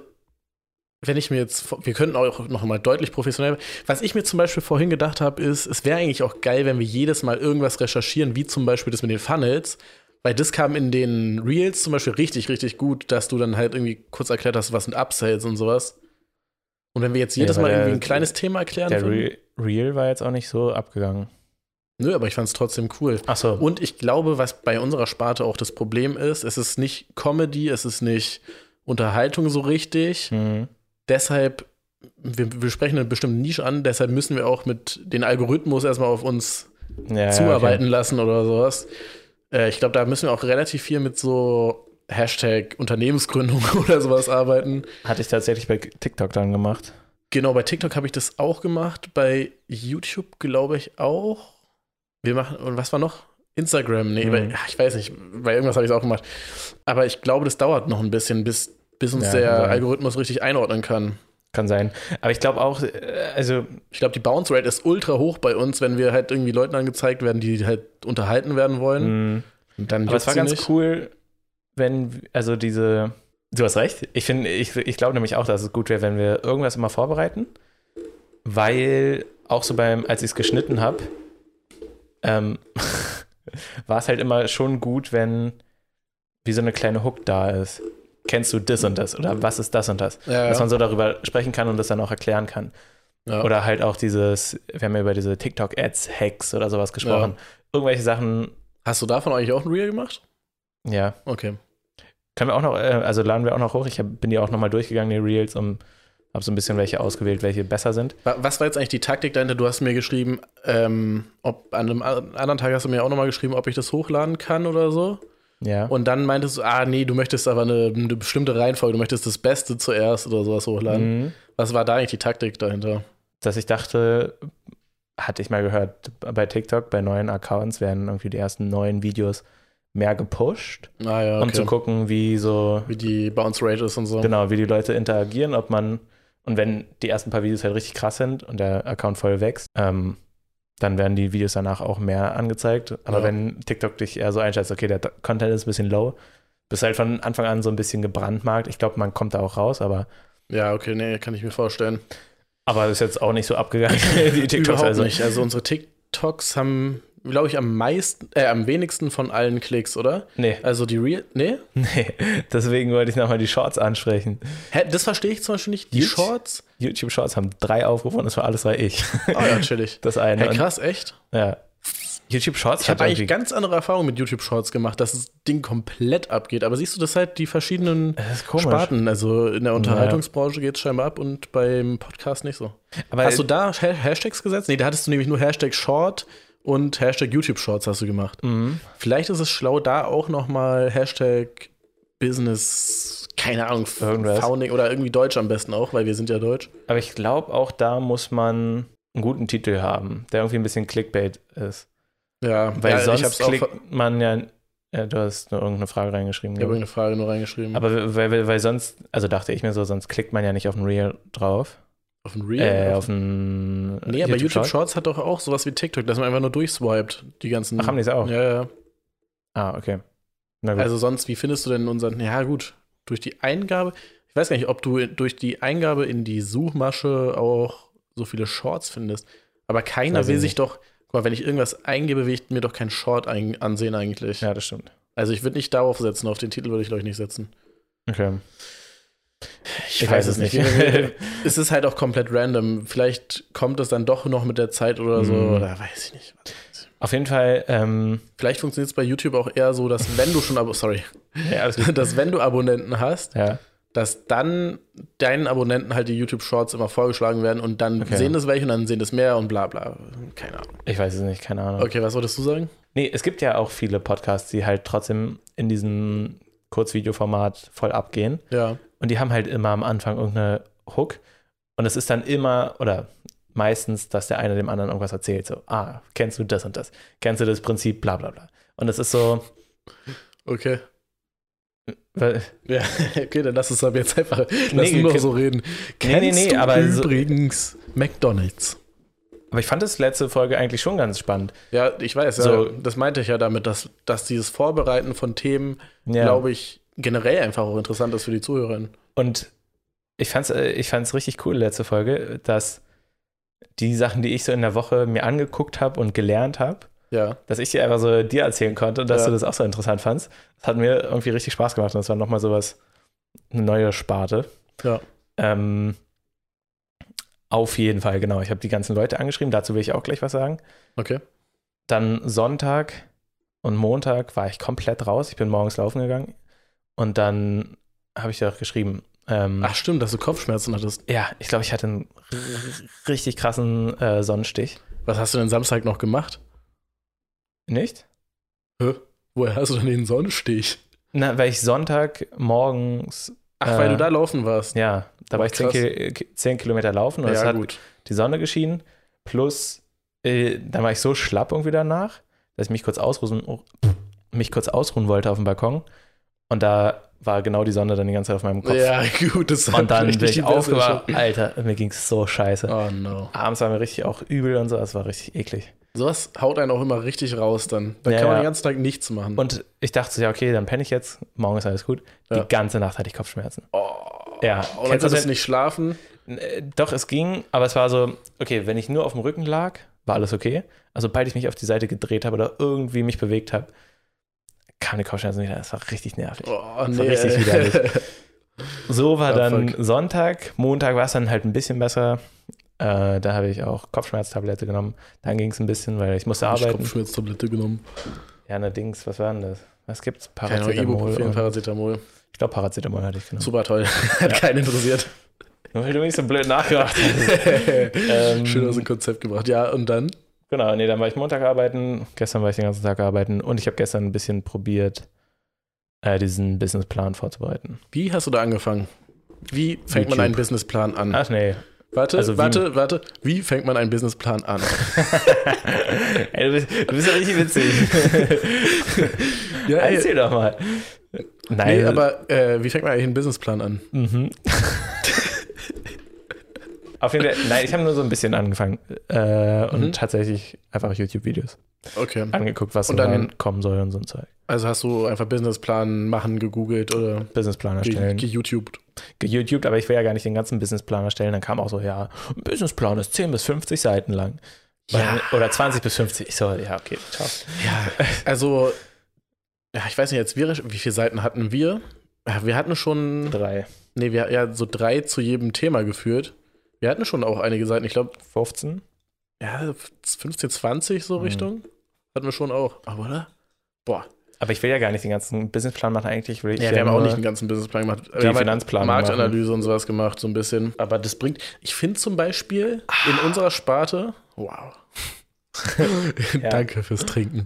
B: wenn ich mir jetzt, vor- wir könnten auch noch mal deutlich professionell, was ich mir zum Beispiel vorhin gedacht habe, ist, es wäre eigentlich auch geil, wenn wir jedes Mal irgendwas recherchieren, wie zum Beispiel das mit den Funnels, weil das kam in den Reels zum Beispiel richtig, richtig gut, dass du dann halt irgendwie kurz erklärt hast, was sind Upsells und sowas. Und wenn wir jetzt
A: Ja,
B: jedes
A: weil
B: Mal
A: der-
B: irgendwie ein kleines Thema erklären
A: Der
B: würden-
A: Re Reel war jetzt auch nicht so abgegangen.
B: Nö, aber ich fand es trotzdem cool.
A: Ach so.
B: Und ich glaube, was bei unserer Sparte auch das Problem ist, es ist nicht Comedy, es ist nicht Unterhaltung so richtig.
A: Mhm.
B: Deshalb, wir, wir sprechen eine bestimmte Nische an, deshalb müssen wir auch mit den Algorithmus erstmal auf uns
A: Ja, ja,
B: zuarbeiten lassen oder sowas. Äh, ich glaube, da müssen wir auch relativ viel mit so Hashtag Unternehmensgründung oder sowas arbeiten.
A: Okay. Hatte ich tatsächlich bei TikTok dann gemacht.
B: Genau, bei TikTok habe ich das auch gemacht, bei YouTube glaube ich auch. Wir machen, und was war noch? Instagram, nee,
A: Mhm.
B: bei, ach, ich weiß nicht, bei irgendwas habe ich es auch gemacht. Aber ich glaube, das dauert noch ein bisschen, bis, bis uns
A: Ja,
B: der
A: kann sein.
B: Algorithmus richtig einordnen kann.
A: Kann sein. Aber ich glaube auch, äh, also
B: Ich glaube, die Bounce Rate ist ultra hoch bei uns, wenn wir halt irgendwie Leuten angezeigt werden, die halt unterhalten werden wollen.
A: mh,
B: Dann
A: Mhm. aber es
B: juckt's
A: war
B: sie
A: ganz
B: nicht.
A: cool, wenn, also diese, du hast recht, ich finde, ich, ich glaube nämlich auch, dass es gut wäre, wenn wir irgendwas immer vorbereiten, weil auch so beim, als ich es geschnitten habe, ähm, war es halt immer schon gut, wenn wie so eine kleine Hook da ist. Kennst du das und das oder was ist das und das?
B: Ja,
A: Dass
B: ja.
A: man so darüber sprechen kann und das dann auch erklären kann.
B: ja.
A: Oder halt auch dieses, wir haben ja über diese TikTok-Ads-Hacks oder sowas gesprochen. Irgendwelche Sachen,
B: Hast du davon eigentlich auch ein Reel gemacht?
A: ja,
B: Okay.
A: können wir auch noch, äh, also laden wir auch noch hoch. Ich hab, bin die auch nochmal durchgegangen, die Reels, um habe so ein bisschen welche ausgewählt, welche besser sind.
B: Wa- Was war jetzt eigentlich die Taktik dahinter? Du hast mir geschrieben, ähm, ob an einem a- anderen Tag hast du mir auch nochmal geschrieben, ob ich das hochladen kann oder so.
A: Ja.
B: Und dann meintest du, ah, nee, du möchtest aber eine, eine bestimmte Reihenfolge, du möchtest das Beste zuerst oder sowas hochladen.
A: Mhm.
B: Was war da eigentlich die Taktik dahinter?
A: Dass ich dachte, hatte ich mal gehört, bei TikTok, bei neuen Accounts werden irgendwie die ersten neuen Videos mehr gepusht,
B: Ah ja, okay.
A: um zu gucken, wie so,
B: wie die Bounce Rate ist und so.
A: genau, wie die Leute interagieren, ob man, und wenn die ersten paar Videos halt richtig krass sind und der Account voll wächst, ähm, dann werden die Videos danach auch mehr angezeigt. Aber
B: Ja.
A: wenn TikTok dich eher so einschätzt, okay, der T- Content ist ein bisschen low, bist halt von Anfang an so ein bisschen gebrandmarkt. Ich glaube, man kommt da auch raus, aber
B: Ja, okay, nee, kann ich mir vorstellen.
A: aber ist jetzt auch nicht so abgegangen, die TikToks.
B: Überhaupt
A: also.
B: nicht. Also unsere TikToks haben, glaube ich, am meisten, äh, am wenigsten von allen Klicks, oder?
A: Nee,
B: Also die Real, nee?
A: nee. Deswegen wollte ich nochmal die Shorts ansprechen.
B: Hä, das verstehe ich zum Beispiel nicht. Die
A: Gut.
B: Shorts?
A: YouTube Shorts haben drei Aufrufe und das war alles drei ich.
B: Oh ja, chillig.
A: Das eine.
B: Hä,
A: und,
B: krass, echt?
A: ja. YouTube Shorts
B: Ich
A: hat
B: habe
A: irgendwie
B: eigentlich ganz andere Erfahrungen mit YouTube Shorts gemacht, dass das Ding komplett abgeht. Aber siehst du, das halt die verschiedenen
A: das ist Äh, komisch.
B: Sparten. Also in der Unterhaltungsbranche geht es scheinbar ab und beim Podcast nicht so.
A: Aber äh,
B: hast du da Ha- Hashtags gesetzt? Nee, da hattest du nämlich nur Hashtag Short und Hashtag YouTube Shorts hast du gemacht.
A: Mhm.
B: Vielleicht ist es schlau, da auch nochmal Hashtag Business, keine Ahnung, F-
A: Irgendwas.
B: Founding oder irgendwie Deutsch am besten auch, weil wir sind ja Deutsch.
A: Aber ich glaube, auch da muss man einen guten Titel haben, der irgendwie ein bisschen Clickbait ist.
B: Ja,
A: Weil
B: ja, ich
A: sonst
B: hab's auch. Ich habe
A: klickt man ja. äh, Du hast nur irgendeine Frage reingeschrieben. glaub ich.
B: irgendeine Frage nur reingeschrieben.
A: Aber weil, weil, weil sonst, also dachte ich mir so, sonst klickt man ja nicht auf ein Reel drauf.
B: auf dem Real.
A: Äh, auf ein. äh,
B: Nee, aber YouTube
A: Short.
B: Shorts hat doch auch sowas wie TikTok, dass man einfach nur durchswiped, die ganzen.
A: Ach, haben die es auch?
B: Ja, ja.
A: Ah, okay. Na gut.
B: Also sonst, wie findest du denn unseren, ja gut, durch die Eingabe, ich weiß gar nicht, ob du durch die Eingabe in die Suchmasche auch so viele Shorts findest, aber keiner
A: Weiß
B: will
A: ich
B: sich doch, guck mal, wenn ich irgendwas eingebe, will ich mir doch keinen Short ein, ansehen eigentlich.
A: ja, das stimmt.
B: Also ich würde nicht darauf setzen, auf den Titel würde ich glaube ich nicht setzen.
A: Okay.
B: Ich, weiß, es nicht. es ist halt auch komplett random, vielleicht kommt es dann doch noch mit der Zeit oder so,
A: Mhm.
B: oder weiß ich nicht.
A: Auf jeden Fall, ähm,
B: Vielleicht funktioniert es bei YouTube auch eher so, dass wenn du schon, Abo sorry,
A: ja, alles gut.
B: dass wenn du Abonnenten hast,
A: ja.
B: dass dann deinen Abonnenten halt die YouTube-Shorts immer vorgeschlagen werden und dann
A: Okay.
B: sehen das welche und dann sehen das mehr und bla bla. Keine Ahnung.
A: Ich weiß es nicht, keine Ahnung.
B: Okay, was wolltest du sagen?
A: Nee, es gibt ja auch viele Podcasts, die halt trotzdem in diesem Kurzvideoformat voll abgehen.
B: Ja.
A: Und die haben halt immer am Anfang irgendeine Hook. Und es ist dann immer, oder meistens, dass der eine dem anderen irgendwas erzählt. So, ah, kennst du das und das? Kennst du das Prinzip? Bla, bla, bla. Und es ist so,
B: Okay.
A: weil-
B: Ja, okay, dann lass es ab jetzt einfach. Lass
A: Nee,
B: nur
A: okay.
B: so reden.
A: Nee, nee, nee,
B: du
A: aber so-
B: übrigens McDonalds?
A: aber ich fand das letzte Folge eigentlich schon ganz spannend.
B: Ja, ich weiß, ja,
A: So.
B: das meinte ich ja damit, dass, dass dieses Vorbereiten von Themen,
A: Ja.
B: glaube ich, generell einfach auch interessant ist für die Zuhörerinnen.
A: Und ich fand's, äh, ich fand's richtig cool, letzte Folge, dass die Sachen, die ich so in der Woche mir angeguckt habe und gelernt habe,
B: Ja.
A: dass ich dir einfach so dir erzählen konnte und dass
B: Ja.
A: du das auch so interessant fandst. Das hat mir irgendwie richtig Spaß gemacht und das war nochmal sowas, eine neue Sparte.
B: Ja.
A: Ähm, auf jeden Fall, genau. Ich habe die ganzen Leute angeschrieben, dazu will ich auch gleich was sagen.
B: Okay.
A: Dann Sonntag und Montag war ich komplett raus. Ich bin morgens laufen gegangen und dann habe ich dir auch geschrieben. Ähm,
B: Ach, stimmt, dass du Kopfschmerzen hattest.
A: Ja, ich glaube, ich hatte einen r- r- richtig krassen äh, Sonnenstich.
B: Was hast du denn Samstag noch gemacht?
A: Nicht?
B: Woher hast du denn den Sonnenstich?
A: Na, weil ich Sonntag morgens,
B: Ach, weil
A: Äh,
B: du da laufen warst.
A: ja, da war ich zehn,
B: Krass.
A: Ki Ki- zehn Kilometer laufen und es hat
B: gut.
A: die Sonne geschienen. Plus, äh, dann war ich so schlapp irgendwie danach, dass ich mich kurz ausruhen, oh, mich kurz ausruhen wollte auf dem Balkon. Und da war genau die Sonne dann die ganze Zeit auf meinem Kopf.
B: Ja, gut, das war
A: und dann bin
B: richtig die
A: ich
B: beste
A: aufgewacht. Alter, mir ging es so scheiße.
B: Show. Oh no.
A: Abends war mir richtig auch übel und so, das war richtig eklig.
B: Sowas haut einen auch immer richtig raus dann. Da
A: Ja,
B: kann man
A: ja.
B: den ganzen Tag nichts machen.
A: Und ich dachte so, ja, okay, dann penne ich jetzt, morgen ist alles gut.
B: Ja.
A: Die ganze Nacht hatte ich Kopfschmerzen.
B: oh,
A: Ja,
B: und dann
A: kennst du
B: konntest
A: das
B: du nicht schlafen.
A: Äh, Doch, es ging, aber es war so, okay, wenn ich nur auf dem Rücken lag, war alles okay. Also, sobald ich mich auf die Seite gedreht habe oder irgendwie mich bewegt habe, kam die Kopfschmerzen wieder. Das war richtig nervig.
B: Oh,
A: war richtig widerlich. So war
B: Ja,
A: dann
B: fuck.
A: Sonntag. Montag war es dann halt ein bisschen besser. Äh, da habe ich auch Kopfschmerztablette genommen. Dann ging es ein bisschen, weil ich musste
B: Ich
A: arbeiten.
B: Kopfschmerztablette genommen.
A: Ja, ne Dings, was war denn das? Was gibt's?
B: Keine Ahnung,
A: Paracetamol.
B: Ibuprofen,
A: und-
B: Paracetamol.
A: Ich glaube, Paracetamol hatte ich genommen.
B: Super toll. Hat
A: Ja.
B: keinen interessiert.
A: Nur weil du mich so blöd nachgedacht hast. Ähm,
B: Schön aus dem Konzept gebracht. Ja, und dann?
A: Genau, nee, dann war ich Montag arbeiten, gestern war ich den ganzen Tag arbeiten und ich habe gestern ein bisschen probiert, äh, diesen Businessplan vorzubereiten.
B: Wie hast du da angefangen? Wie fängt man
A: YouTube.
B: einen Businessplan an?
A: Ach nee.
B: warte,
A: also wie-
B: warte, warte. Wie fängt man einen Businessplan an?
A: Ey, du, bist, du bist ja richtig witzig.
B: ja, ey,
A: Erzähl doch mal. Nein,
B: nee, aber äh, wie fängt man eigentlich einen Businessplan an?
A: Mhm. Auf jeden Fall, nein, ich habe nur so ein bisschen angefangen äh, und
B: Mhm.
A: tatsächlich einfach YouTube-Videos
B: Okay.
A: angeguckt, was
B: Und
A: und
B: dann-
A: dann kommen soll und so ein Zeug.
B: Also hast du einfach Businessplan machen gegoogelt oder
A: Businessplan
B: ge-
A: erstellen.
B: geYouTubed?
A: GeYouTubed, aber ich will ja gar nicht den ganzen Businessplan erstellen. Dann kam auch so, ja, ein Businessplan ist 10 bis 50 Seiten lang.
B: Ja.
A: Oder 20 bis 50. Ich so, ja, okay, ciao.
B: Ja, also, ja, ich weiß nicht jetzt, wie, wie viele Seiten hatten wir? Ja, Wir hatten schon,
A: Drei,
B: nee, wir ja so drei zu jedem Thema geführt. Wir hatten schon auch einige Seiten, ich glaube,
A: 15?
B: ja, 15, 20 so
A: Mhm.
B: Richtung. Hatten wir schon auch. Aber, oder? Boah.
A: Aber ich will ja gar nicht den ganzen Businessplan machen. Eigentlich will ich
B: Ja, wir haben auch
A: nur-
B: nicht den ganzen Businessplan gemacht. Wir
A: die
B: haben
A: Finanzplanung
B: Marktanalyse und sowas gemacht, so ein bisschen. Ah. Aber das bringt, ich finde zum Beispiel in unserer Sparte, wow. Danke fürs Trinken.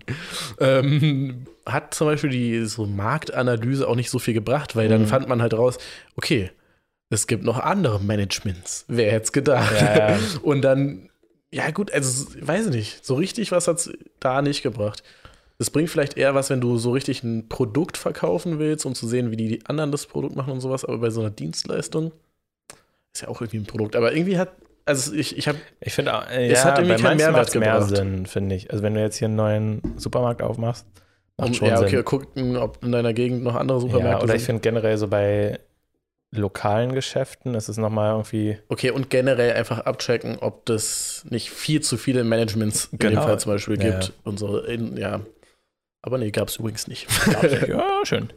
B: Ähm, hat zum Beispiel die so Marktanalyse auch nicht so viel gebracht, weil dann
A: Mhm.
B: fand man halt raus, okay, es gibt noch andere Managements. Wer hätte es gedacht?
A: Ja, ja.
B: Und dann, ja gut, also weiß ich nicht, so richtig was hat es da nicht gebracht. Es bringt vielleicht eher was, wenn du so richtig ein Produkt verkaufen willst, um zu sehen, wie die, die anderen das Produkt machen und sowas, aber bei so einer Dienstleistung ist ja auch irgendwie ein Produkt. Aber irgendwie hat, also ich, ich habe,
A: Ich finde, auch- äh,
B: Es
A: ja,
B: hat
A: bei
B: irgendwie keinen
A: manchen
B: Mehrwert
A: macht's mehr
B: gebracht.
A: Sinn, finde ich. Also wenn du jetzt hier einen neuen Supermarkt aufmachst, macht schon
B: um, ja, okay,
A: Sinn.
B: gucken, ob in deiner Gegend noch andere Supermärkte
A: Ja, oder ich finde
B: sind.
A: generell so bei lokalen Geschäften ist es nochmal irgendwie
B: Okay, und generell einfach abchecken, ob das nicht viel zu viele Managements in dem
A: Genau.
B: Fall zum Beispiel
A: Ja,
B: gibt. Und so, in, ja. Aber nee, gab es übrigens nicht.
A: ja, schön.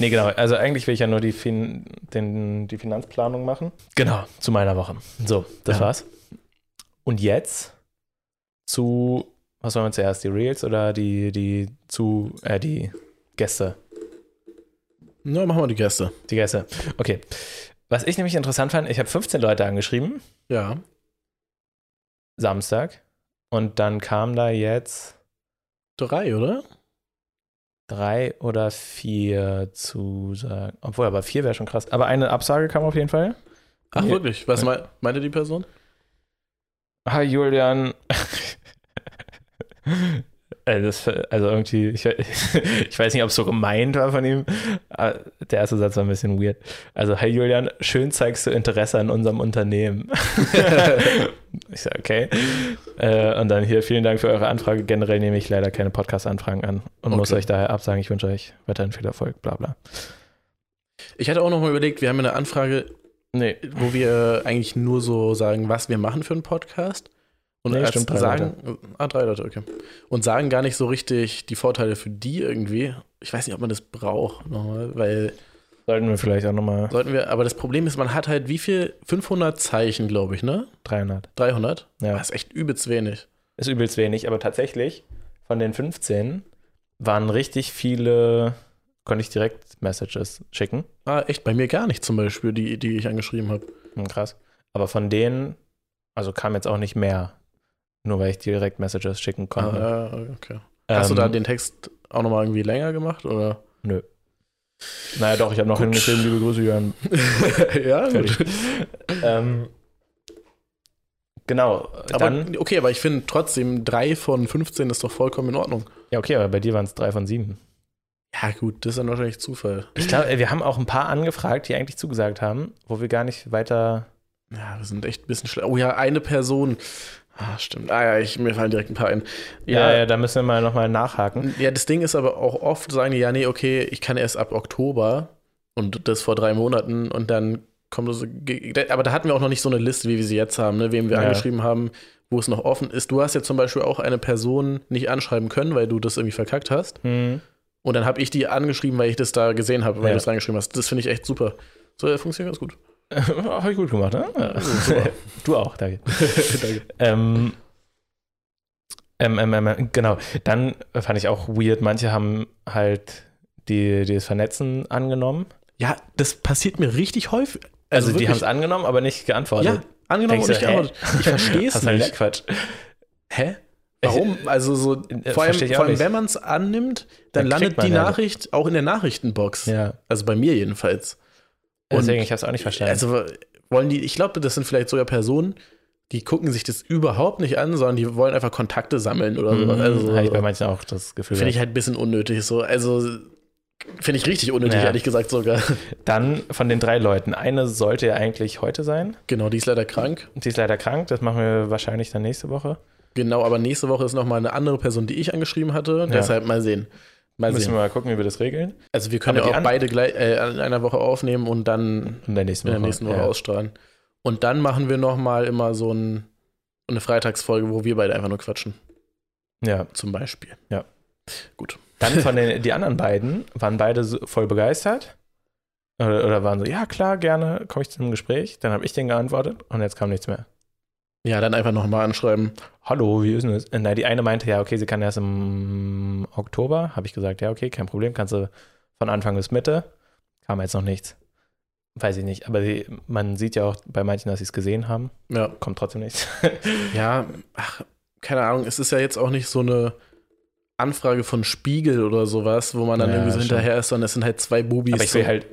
A: Nee, genau. Also eigentlich will ich ja nur die, fin den, die Finanzplanung machen. Genau, zu meiner Woche. So, das
B: Ja.
A: war's. Und jetzt zu, was wollen wir zuerst, die Reels oder die, die zu, äh, die Gäste?
B: Na, machen wir die Gäste.
A: Die Gäste. Okay. Was ich nämlich interessant fand, ich habe 15 Leute angeschrieben.
B: Ja.
A: Samstag. Und dann kam da jetzt
B: Drei, oder?
A: drei oder vier Zusagen. Obwohl, aber vier wäre schon krass. Aber eine Absage kam auf jeden Fall.
B: Ach,
A: Nee.
B: wirklich? Was
A: Ja.
B: mei- meinte die Person?
A: Hi Julian. Äh, Das, also irgendwie, ich, ich weiß nicht, ob es so gemeint war von ihm. aber Der erste Satz war ein bisschen weird. Also, hi Julian, schön zeigst du Interesse an unserem Unternehmen. ich sage, okay. Äh, und dann hier, vielen Dank für eure Anfrage. Generell nehme ich leider keine Podcast-Anfragen an und muss
B: Okay.
A: euch daher absagen. Ich wünsche euch weiterhin viel Erfolg, bla bla.
B: Ich hatte auch noch mal überlegt, wir haben eine Anfrage,
A: Nee,
B: wo wir äh, eigentlich nur so sagen, was wir machen für einen Podcast. Und
A: Nee,
B: erst
A: stimmt, drei
B: sagen, ah, drei Leute, okay. Und sagen gar nicht so richtig die Vorteile für die irgendwie. Ich weiß nicht, ob man das braucht nochmal, weil
A: sollten wir vielleicht auch nochmal
B: sollten wir, aber das Problem ist, man hat halt wie viel? 500 Zeichen, glaube ich, ne?
A: 300.
B: 300?
A: Ja.
B: Das ist echt übelst wenig.
A: Ist übelst wenig, aber tatsächlich von den 15 waren richtig viele, konnte ich direkt Messages schicken.
B: Ah, echt, bei mir gar nicht zum Beispiel, die, die ich angeschrieben habe.
A: Hm, krass. Aber von denen, also kam jetzt auch nicht mehr, nur weil ich direkt Messages schicken konnte.
B: Ah, ja, okay. Hast du
A: Ähm,
B: da den Text auch nochmal irgendwie länger gemacht, oder?
A: Naja, doch, ich habe noch
B: Gut.
A: hingeschrieben, liebe Grüße, Jörn.
B: ja,
A: Fertig.
B: gut.
A: ähm, genau,
B: Aber,
A: dann.
B: okay, aber ich finde trotzdem, drei von 15 ist doch vollkommen in Ordnung.
A: Ja, okay, aber bei dir waren es drei von sieben.
B: Ja, gut, das ist dann wahrscheinlich Zufall.
A: Ich glaube, wir haben auch ein paar angefragt, die eigentlich zugesagt haben, wo wir gar nicht weiter.
B: Ja, wir sind echt ein bisschen schlecht. Oh ja, eine Person. Ah, stimmt. Ah ja, ich, mir fallen direkt ein paar ein.
A: Ja,
B: Ja,
A: ja, da müssen wir mal nochmal nachhaken.
B: ja, das Ding ist aber auch oft, sagen die, ja, nee, okay, ich kann erst ab Oktober und das vor drei Monaten und dann kommt das. Aber da hatten wir auch noch nicht so eine Liste, wie wir sie jetzt haben, ne, wem wir
A: Ja.
B: angeschrieben haben, wo es noch offen ist. Du hast ja zum Beispiel auch eine Person nicht anschreiben können, weil du das irgendwie verkackt hast.
A: Hm.
B: Und dann habe ich die angeschrieben, weil ich das da gesehen habe, weil
A: Ja.
B: du es reingeschrieben hast. Das finde ich echt super. So, das funktioniert ganz gut.
A: Habe Äh, ich gut gemacht, ne?
B: super.
A: du auch, danke.
B: Danke.
A: Ähm, ähm, ähm, ähm, genau, dann fand ich auch weird, manche haben halt die, die das Vernetzen angenommen.
B: Ja, das passiert mir richtig häufig.
A: Also, die
B: wirklich.
A: haben es angenommen, aber nicht geantwortet.
B: Ja, angenommen und
A: Denkst
B: nicht
A: du, hä?
B: geantwortet. Ich verstehe
A: das
B: es
A: ist halt der
B: nicht.
A: Quatsch.
B: Hä? Warum? Also so,
A: Äh,
B: vor allem,
A: versteh ich auch
B: vor allem
A: nicht.
B: wenn man es annimmt,
A: Dann
B: dann
A: kriegt
B: landet
A: man
B: die
A: ja-
B: Nachricht auch in der Nachrichtenbox.
A: Ja,
B: Also bei mir jedenfalls. Und-
A: deswegen, ich habe es auch nicht verstanden.
B: Also wollen die, ich glaube, das sind vielleicht sogar Personen, die gucken sich das überhaupt nicht an, sondern die wollen einfach Kontakte sammeln oder sowas. Also
A: habe Mhm, Hm, ich bei manchen auch das Gefühl.
B: finde ich halt ein bisschen unnötig so. Also finde ich richtig unnötig,
A: Ja.
B: ehrlich gesagt sogar.
A: Dann von den drei Leuten. Eine sollte ja eigentlich heute sein.
B: genau, die ist leider krank.
A: Die ist leider krank. Das machen wir wahrscheinlich dann nächste Woche.
B: Genau, aber nächste Woche ist nochmal eine andere Person, die ich angeschrieben hatte. Deshalb mal sehen. Mal
A: Müssen
B: sehen.
A: wir mal gucken, wie wir das regeln.
B: Also wir können
A: Aber die
B: ja auch
A: an-
B: beide gleich, äh, in einer Woche aufnehmen und dann
A: In der nächsten
B: in der
A: Woche.
B: nächsten Woche
A: ja.
B: ausstrahlen. Und dann machen wir nochmal immer so ein, eine Freitagsfolge, wo wir beide einfach nur quatschen,
A: Ja.
B: zum Beispiel.
A: Dann von den die anderen beiden waren beide so voll begeistert. Oder, oder waren so, ja klar, gerne, komme ich zu einem Gespräch. Dann habe ich denen geantwortet und jetzt kam nichts mehr.
B: Ja, dann einfach nochmal anschreiben.
A: Hallo, wie ist denn das? Äh, Na, die eine meinte, ja, okay, sie kann erst im Oktober. Habe ich gesagt, ja, okay, kein Problem, kannst du von Anfang bis Mitte. Kam jetzt noch nichts. Weiß ich nicht, aber sie, man sieht ja auch bei manchen, dass sie es gesehen haben.
B: Ja,
A: Kommt trotzdem nichts.
B: ja, ach, keine Ahnung, es ist ja jetzt auch nicht so eine Anfrage von Spiegel oder sowas, wo man dann
A: Ja,
B: irgendwie so
A: stimmt.
B: hinterher ist, sondern es sind halt zwei Bubis.
A: aber ich will
B: so-
A: halt,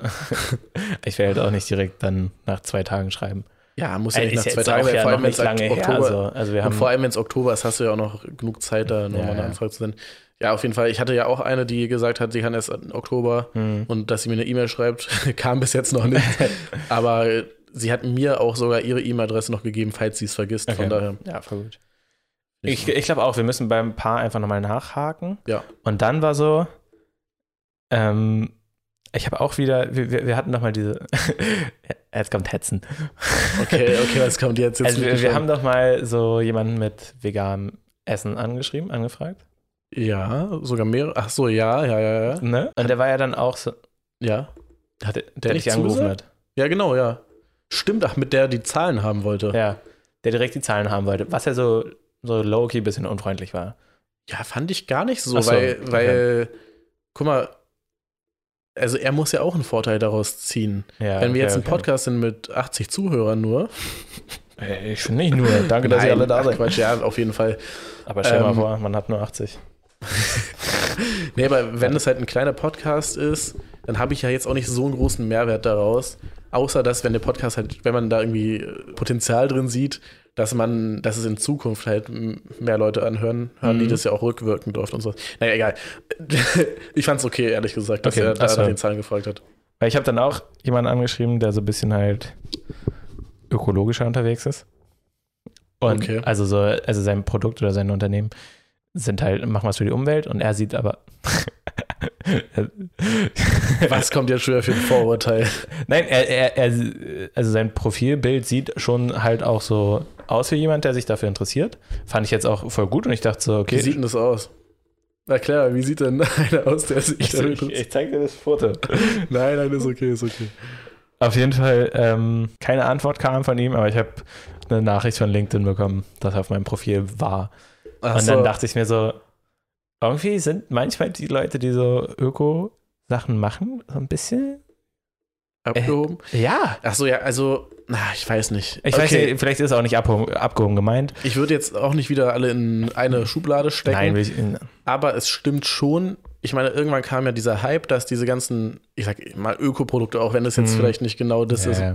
A: ich will halt auch nicht direkt dann nach zwei Tagen schreiben.
B: ja, muss ja
A: Äh,
B: nicht nach
A: jetzt
B: zwei Tagen,
A: auch
B: vor
A: ja
B: allem
A: noch
B: wenn es
A: nicht lange her.
B: Oktober,
A: Also, also wir
B: Und
A: haben
B: vor allem, wenn es Oktober ist, hast du ja auch noch genug Zeit, da nochmal
A: Ja,
B: eine
A: ja.
B: Anfrage zu senden. Ja, auf jeden Fall. Ich hatte ja auch eine, die gesagt hat, sie kann erst im Oktober
A: Hm.
B: und dass sie mir eine E-Mail schreibt, kam bis jetzt noch nicht. Aber äh, sie hat mir auch sogar ihre E-Mail-Adresse noch gegeben, falls sie es vergisst.
A: Okay.
B: Von daher.
A: Ja, voll gut. Ich, ich glaube auch, wir müssen beim Paar einfach nochmal nachhaken.
B: Ja.
A: Und dann war so, ähm, ich habe auch wieder, wir, wir wir hatten nochmal diese, jetzt kommt Hetzen.
B: okay, okay, was kommt jetzt? jetzt
A: also
B: bin ich
A: wir, wir
B: gespannt.
A: haben doch mal so jemanden mit veganem Essen angeschrieben, angefragt.
B: ja, sogar mehrere. Ach so, ja, ja, ja, ja.
A: Ne? Und der war ja dann auch so,
B: Ja,
A: hat, der,
B: nicht
A: dich angerufen
B: zugesagt?
A: hat.
B: ja genau, ja. Stimmt, ach, mit der die Zahlen haben wollte. Ja,
A: Ja. Der direkt die Zahlen haben wollte, was ja so, so low-key ein bisschen unfreundlich war.
B: fand ich gar nicht so,
A: Ach so,
B: weil,
A: okay.
B: weil, guck mal, also er muss ja auch einen Vorteil daraus ziehen.
A: Ja,
B: Wenn
A: okay,
B: wir jetzt ein
A: okay.
B: Podcast sind mit 80 Zuhörern nur.
A: Ey, Ich finde nicht nur, danke, dass ihr
B: Nein,
A: alle da
B: ach
A: seid.
B: Quatsch, ja, auf jeden Fall.
A: Aber stell mal
B: Ähm,
A: vor, man hat nur 80.
B: Nee, aber wenn es halt ein kleiner Podcast ist, dann habe ich ja jetzt auch nicht so einen großen Mehrwert daraus. Außer dass, wenn der Podcast halt, wenn man da irgendwie äh, Potenzial drin sieht, dass man, dass es in Zukunft halt m- mehr Leute anhören, hören, die
A: Mhm.
B: das ja auch rückwirkend oft und so. Naja, egal. Ich fand's okay, ehrlich gesagt, dass
A: Okay,
B: er da
A: ach so.
B: nach den Zahlen gefragt hat.
A: Weil ich habe dann auch jemanden angeschrieben, der so ein bisschen halt ökologischer unterwegs ist. Und
B: Okay.
A: also so, also sein Produkt oder sein Unternehmen sind halt, machen was für die Umwelt und er sieht aber.
B: Was kommt jetzt schon wieder für ein Vorurteil?
A: Nein, er, er, er, also sein Profilbild sieht schon halt auch so aus wie jemand, der sich dafür interessiert. Fand ich jetzt auch voll gut und ich dachte so,
B: Wie
A: okay.
B: sieht denn das aus? Na klar, wie sieht denn einer aus, der sich
A: ich,
B: damit
A: ich,
B: interessiert?
A: ich zeig dir das Foto.
B: Nein, nein, ist okay, ist okay.
A: Auf jeden Fall ähm, keine Antwort kam von ihm, aber ich habe eine Nachricht von LinkedIn bekommen, dass er auf meinem Profil war.
B: Ach
A: Und
B: so.
A: dann dachte ich mir so, irgendwie sind manchmal die Leute, die so Öko-Sachen machen, so ein bisschen. äh,
B: abgehoben.
A: Ja.
B: Ach so, ja, also, na, ich weiß nicht.
A: Ich weiß nicht, vielleicht ist auch nicht abgehoben, abgehoben gemeint.
B: Ich würde jetzt auch nicht wieder alle in eine Schublade stecken,
A: Nein, will ich, äh, ja,
B: aber es stimmt schon. Ich meine, irgendwann kam ja dieser Hype, dass diese ganzen, ich sag mal Ökoprodukte, auch wenn das jetzt
A: Hm.
B: vielleicht nicht genau das ist,
A: ja.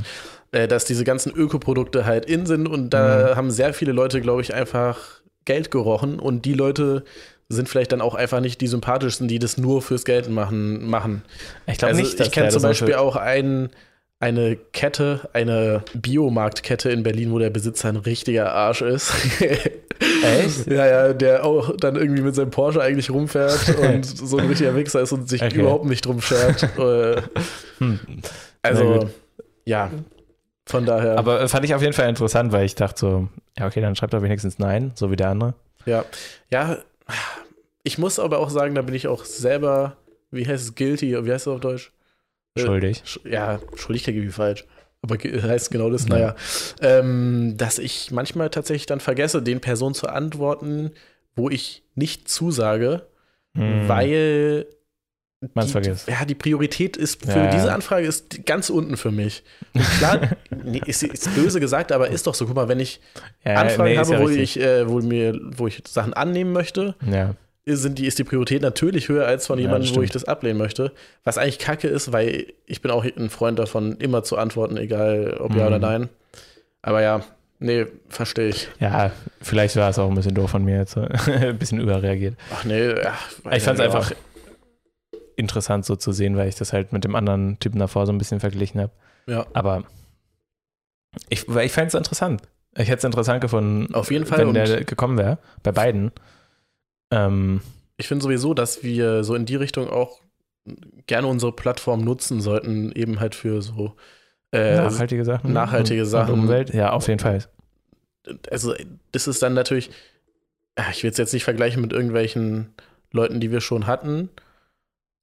B: äh, dass diese ganzen Ökoprodukte halt in sind und da
A: Mhm.
B: haben sehr viele Leute, glaube ich, einfach Geld gerochen und die Leute sind vielleicht dann auch einfach nicht die sympathischsten, die das nur fürs Geld machen. machen.
A: ich glaube
B: also
A: nicht, dass
B: ich kenne
A: der
B: zum
A: das
B: Beispiel
A: auch
B: auch einen, eine Kette, eine Biomarktkette in Berlin, wo der Besitzer ein richtiger Arsch ist.
A: Echt?
B: ja, ja, der auch dann irgendwie mit seinem Porsche eigentlich rumfährt und so ein richtiger Wichser ist und sich
A: Okay.
B: überhaupt nicht drum schert. Äh,
A: Hm. Na
B: also,
A: gut.
B: ja. Von daher.
A: Aber äh, fand ich auf jeden Fall interessant, weil ich dachte so, ja, okay, dann schreibt er wenigstens Nein, so wie der andere.
B: Ja, ja, ich muss aber auch sagen, da bin ich auch selber, wie heißt es, guilty, wie heißt es auf Deutsch? Äh,
A: Schuldig.
B: Sch- Ja, schuldig klingt irgendwie falsch. Aber ge- heißt genau das,
A: Ja.
B: naja. Ähm, dass ich manchmal tatsächlich dann vergesse, den Personen zu antworten, wo ich nicht zusage,
A: Hm.
B: weil
A: Man's
B: die,
A: vergisst.
B: Ja, die Priorität ist für
A: Ja, ja.
B: diese Anfrage ist ganz unten für mich. Und klar, nee, ist, ist böse gesagt, aber ist doch so. Guck mal, wenn ich
A: Ja,
B: Anfragen
A: Äh, nee, ist
B: habe,
A: ja
B: wo,
A: richtig.
B: ich, äh, wo, mir, wo ich Sachen annehmen möchte,
A: Ja,
B: sind die, ist die Priorität natürlich höher als von
A: Ja,
B: jemandem,
A: das
B: wo
A: stimmt.
B: ich das ablehnen möchte. Was eigentlich kacke ist, weil ich bin auch ein Freund davon, immer zu antworten, egal ob ja
A: Mhm.
B: oder nein. Aber ja, nee, verstehe ich.
A: ja, vielleicht war es auch ein bisschen doof von mir jetzt. ein bisschen überreagiert.
B: Ach nee, ja,
A: Ich fand es
B: ja.
A: einfach interessant so zu sehen, weil ich das halt mit dem anderen Typen davor so ein bisschen verglichen habe.
B: Ja.
A: Aber ich, weil ich fand es interessant. Ich hätte es interessant gefunden,
B: Auf jeden Fall.
A: äh, wenn
B: Und
A: der gekommen wäre, bei beiden. Ähm,
B: ich finde sowieso, dass wir so in die Richtung auch gerne unsere Plattform nutzen sollten, eben halt für so. Äh,
A: nachhaltige Sachen.
B: nachhaltige Sachen.
A: Umwelt, ja, auf jeden Fall.
B: also, das ist dann natürlich. Ah, Ich will es jetzt nicht vergleichen mit irgendwelchen Leuten, die wir schon hatten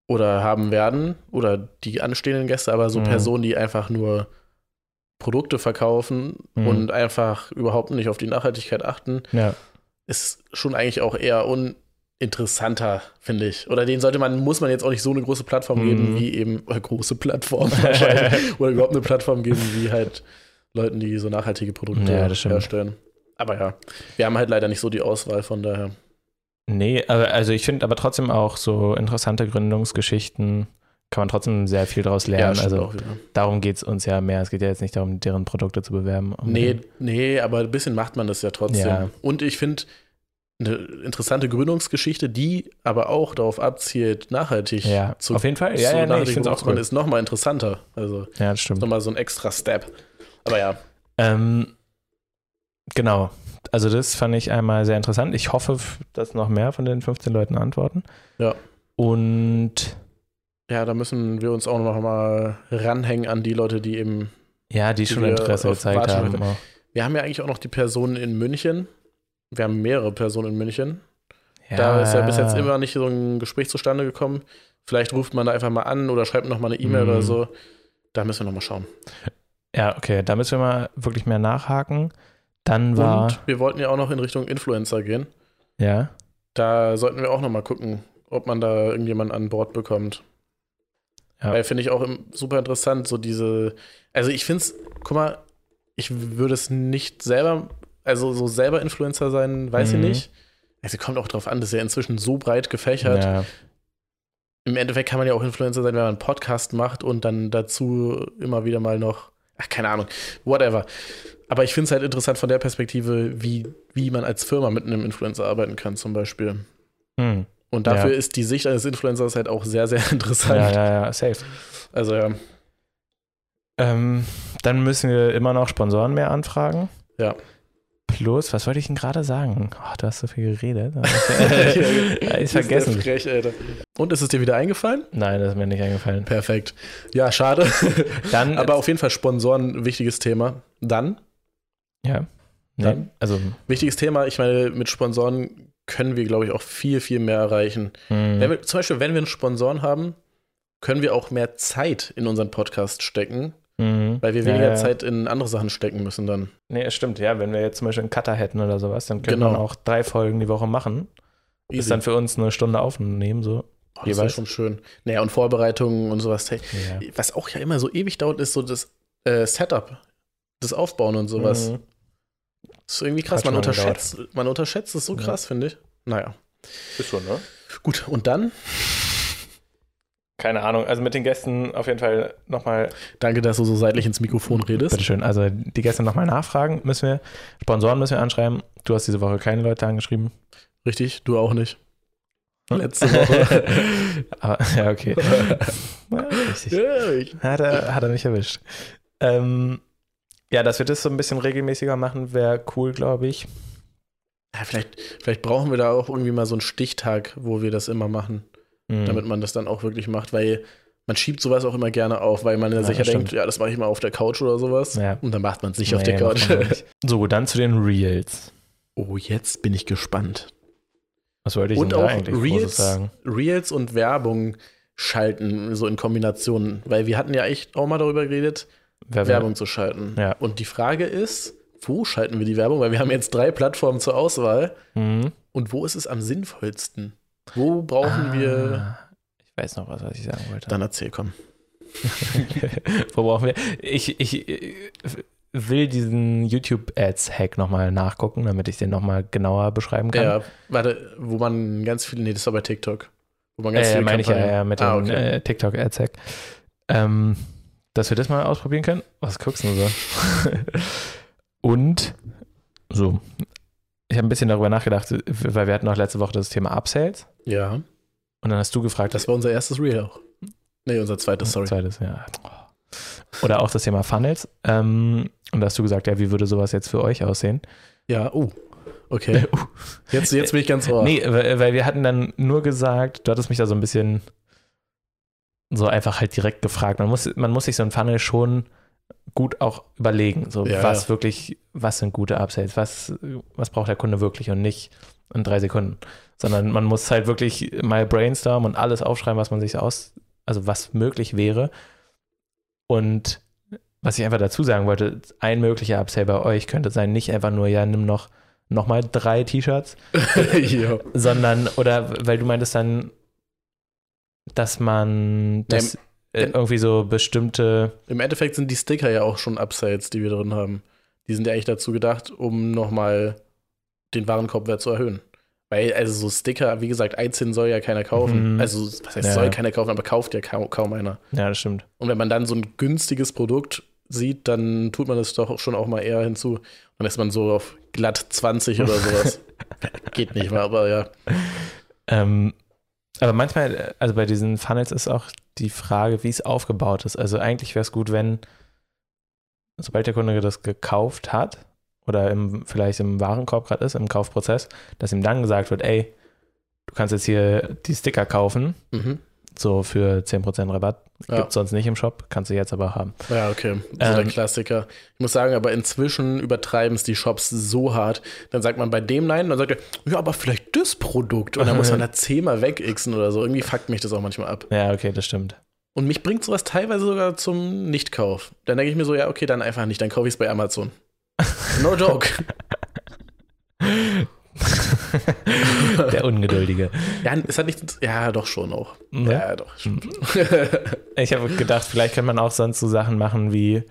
B: oder haben werden oder die anstehenden Gäste, aber so
A: Mhm.
B: Personen, die einfach nur Produkte verkaufen
A: Mhm.
B: und einfach überhaupt nicht auf die Nachhaltigkeit achten.
A: Ja.
B: ist schon eigentlich auch eher uninteressanter, finde ich. Oder den sollte man, muss man jetzt auch nicht so eine große Plattform
A: Mhm.
B: geben, wie eben, äh, große Plattform wahrscheinlich, oder überhaupt eine Plattform geben, wie halt Leuten, die so nachhaltige Produkte
A: Ja, das stimmt.
B: herstellen. Aber ja, wir haben halt leider nicht so die Auswahl, von daher.
A: Nee, aber, also ich finde aber trotzdem auch so interessante Gründungsgeschichten kann man trotzdem sehr viel daraus lernen.
B: stimmt
A: also
B: auch wieder.
A: darum geht es uns ja mehr. Es geht ja jetzt nicht darum, deren Produkte zu bewerben.
B: Nee, nee, aber ein bisschen macht man das ja trotzdem.
A: Ja.
B: Und ich finde eine interessante Gründungsgeschichte, die aber auch darauf abzielt, nachhaltig
A: Ja,
B: zu
A: auf jeden Fall.
B: zu
A: Ja, ja, nee, ich
B: nachhaltig
A: finde es auch
B: umzugehen,
A: cool.
B: ist nochmal interessanter. Also
A: Ja, das stimmt.
B: nochmal so ein extra Step. Aber ja,
A: Ähm, genau. Also das fand ich einmal sehr interessant. Ich hoffe, f- dass noch mehr von den 15 Leuten antworten.
B: Ja.
A: Und
B: ja, da müssen wir uns auch nochmal ranhängen an die Leute, die eben.
A: ja, die
B: Die
A: schon
B: wir
A: Interesse
B: auf-
A: gezeigt
B: warte,
A: haben.
B: warte.
A: auch.
B: Wir haben ja eigentlich auch noch die Personen in München. Wir haben mehrere Personen in München.
A: Ja.
B: Da ist ja bis jetzt immer nicht so ein Gespräch zustande gekommen. Vielleicht ruft man da einfach mal an oder schreibt nochmal eine E-Mail
A: Mhm.
B: oder so. Da müssen wir nochmal schauen.
A: Ja, okay. Da müssen wir mal wirklich mehr nachhaken. Dann war.
B: Und wir wollten ja auch noch in Richtung Influencer gehen.
A: Ja.
B: Da sollten wir auch nochmal gucken, ob man da irgendjemanden an Bord bekommt.
A: Ja.
B: Weil finde ich auch im- super interessant, so diese. Also ich finde es, guck mal, ich würde es nicht selber, also so selber Influencer sein, weiß
A: Mhm.
B: ich nicht. Also kommt auch drauf an, das ist ja inzwischen so breit gefächert.
A: ja.
B: Im Endeffekt kann man ja auch Influencer sein, wenn man einen Podcast macht und dann dazu immer wieder mal noch, ach, keine Ahnung, whatever. Aber ich finde es halt interessant von der Perspektive, wie, wie man als Firma mit einem Influencer arbeiten kann, zum Beispiel.
A: Hm.
B: Und dafür
A: Ja.
B: ist die Sicht eines Influencers halt auch sehr, sehr interessant.
A: ja, ja, ja, safe.
B: Also ja,
A: Ähm, dann müssen wir immer noch Sponsoren mehr anfragen.
B: Ja.
A: Plus, was wollte ich denn gerade sagen? Oh, du hast so viel geredet.
B: Ja,
A: ich
B: Ist der
A: vergessen.
B: Frech, Alter. Und ist es dir wieder eingefallen?
A: Nein, das ist mir nicht eingefallen.
B: Perfekt. Ja, schade.
A: Dann,
B: Aber auf jeden Fall Sponsoren, ein wichtiges Thema. Dann,
A: ja. Nee,
B: Dann?
A: also,
B: wichtiges Thema, ich meine, mit Sponsoren können wir, glaube ich, auch viel, viel mehr erreichen.
A: hm,
B: Wenn wir, zum Beispiel, wenn wir einen Sponsoren haben, können wir auch mehr Zeit in unseren Podcast stecken,
A: hm.
B: weil wir weniger
A: ja,
B: Zeit in andere Sachen stecken müssen dann.
A: Nee, es stimmt, ja. Wenn wir jetzt zum Beispiel einen Cutter hätten oder sowas, dann könnte
B: Genau.
A: man auch drei Folgen die Woche machen. Ist dann für uns eine Stunde aufnehmen, so.
B: oh, das wäre
A: jeweils.
B: schon schön. Naja, und Vorbereitungen und sowas.
A: Ja.
B: Was auch ja immer so ewig dauert, ist so das äh, Setup, das Aufbauen und sowas.
A: Hm.
B: Das ist irgendwie krass.
A: Hat
B: Man
A: schon lange
B: unterschätzt, man unterschätzt es so
A: Ja.
B: krass, finde ich. Naja.
A: Ist schon, ne?
B: Gut, und dann
A: Keine Ahnung. Also mit den Gästen auf jeden Fall nochmal
B: danke, dass du so seitlich ins Mikrofon redest.
A: Bitte schön. Also die Gäste nochmal nachfragen müssen wir. Sponsoren müssen wir anschreiben. Du hast diese Woche keine Leute angeschrieben.
B: Richtig, du auch nicht.
A: Hm?
B: Letzte Woche.
A: Ah, ja, okay. Ja, richtig.
B: Ja, ich-
A: Hat er, hat er mich erwischt. Ähm, ja, dass wir das so ein bisschen regelmäßiger machen, wäre cool, glaube ich.
B: ja, vielleicht, vielleicht brauchen wir da auch irgendwie mal so einen Stichtag, wo wir das immer machen,
A: Mhm.
B: damit man das dann auch wirklich macht, weil man schiebt sowas auch immer gerne auf, weil man ja,
A: Ja,
B: sicher
A: das
B: denkt, ja, das mache ich mal auf der Couch oder sowas.
A: Ja.
B: Und dann macht man es nicht auf
A: Nee,
B: der Couch.
A: macht man nicht. So, dann zu den Reels.
B: Oh, jetzt bin ich gespannt.
A: Was wollte ich
B: Und
A: denn da
B: auch
A: eigentlich Großes
B: Reels,
A: sagen?
B: Reels und Werbung schalten, so in Kombination. Weil wir hatten ja echt auch mal darüber geredet,
A: Wer-
B: Werbung zu schalten.
A: Ja.
B: Und die Frage ist, wo schalten wir die Werbung? Weil wir haben jetzt drei Plattformen zur Auswahl.
A: Mhm.
B: Und wo ist es am sinnvollsten? Wo brauchen wir
A: Ah, ich weiß noch was, was ich sagen wollte.
B: Dann erzähl, komm.
A: Wo brauchen wir? Ich, ich äh, will diesen YouTube-Ads-Hack nochmal nachgucken, damit ich den nochmal genauer beschreiben kann.
B: Ja, warte, wo man ganz viele, nee, das war bei TikTok. Wo man ganz
A: äh,
B: viele
A: meine ich ja,
B: Kampagnen-
A: ja mit dem
B: Ah, okay.
A: äh, TikTok-Ads-Hack. Ähm, dass wir das mal ausprobieren können. Was guckst du denn so? Und so. Ich habe ein bisschen darüber nachgedacht, weil wir hatten auch letzte Woche das Thema Upsells.
B: ja.
A: Und dann hast du gefragt,
B: Das war unser erstes Reel auch. Nee, unser zweites, sorry.
A: Zweites, ja. Oder auch das Thema Funnels. Ähm, und da hast du gesagt, ja, wie würde sowas jetzt für euch aussehen?
B: Ja, oh. Okay.
A: Uh.
B: Jetzt, jetzt bin ich ganz ohr.
A: Nee, weil äh, weil wir hatten dann nur gesagt, du hattest mich da so ein bisschen so einfach halt direkt gefragt. Man muss, man muss sich so ein Funnel schon gut auch überlegen, so
B: Ja,
A: was
B: ja.
A: wirklich, was sind gute Upsells, was, was braucht der Kunde wirklich und nicht in drei Sekunden. Sondern man muss halt wirklich mal brainstormen und alles aufschreiben, was man sich aus, also was möglich wäre. Und was ich einfach dazu sagen wollte, ein möglicher Upsell bei euch könnte sein, nicht einfach nur, ja, nimm noch, noch mal drei T-Shirts,
B: ja.
A: sondern, oder weil du meintest dann, dass man das äh,
B: ähm,
A: irgendwie so bestimmte,
B: Im Endeffekt sind die Sticker ja auch schon Upsides, die wir drin haben. Die sind ja eigentlich dazu gedacht, um nochmal den Warenkorbwert zu erhöhen. Weil, also so Sticker, wie gesagt, einzeln soll ja keiner kaufen.
A: Mhm.
B: Also, was heißt,
A: Ja.
B: soll keiner kaufen, aber kauft ja kaum, kaum einer.
A: ja, das stimmt.
B: Und wenn man dann so ein günstiges Produkt sieht, dann tut man es doch schon auch mal eher hinzu. Dann ist man so auf glatt 20 oder sowas. Geht nicht mal, aber ja.
A: Ähm, aber manchmal, äh, also bei diesen Funnels ist auch die Frage, wie es aufgebaut ist. Also eigentlich wäre es gut, wenn, sobald der Kunde das gekauft hat oder im, vielleicht im Warenkorb gerade ist, im Kaufprozess, dass ihm dann gesagt wird, ey, du kannst jetzt hier die Sticker kaufen,
B: Mhm.
A: so für 10% Rabatt.
B: Ja.
A: Gibt es sonst nicht im Shop, kannst du jetzt aber haben.
B: Ja, okay. So der
A: Ähm.
B: Klassiker. Ich muss sagen, aber inzwischen übertreiben es die Shops so hart. Dann sagt man bei dem nein, dann sagt er, ja, aber vielleicht das Produkt. Und dann muss man da zehnmal wegixen oder so. Irgendwie fuckt mich das auch manchmal ab.
A: Ja, okay, das stimmt.
B: Und mich bringt sowas teilweise sogar zum Nichtkauf. Dann denke ich mir so, ja, okay, dann einfach nicht. Dann kaufe ich es bei Amazon. No joke.
A: Der Ungeduldige.
B: ja, es hat nichts. Ja, doch schon auch.
A: Ne?
B: Ja, doch. Stimmt.
A: Ich habe gedacht, vielleicht kann man auch sonst so Sachen machen wie,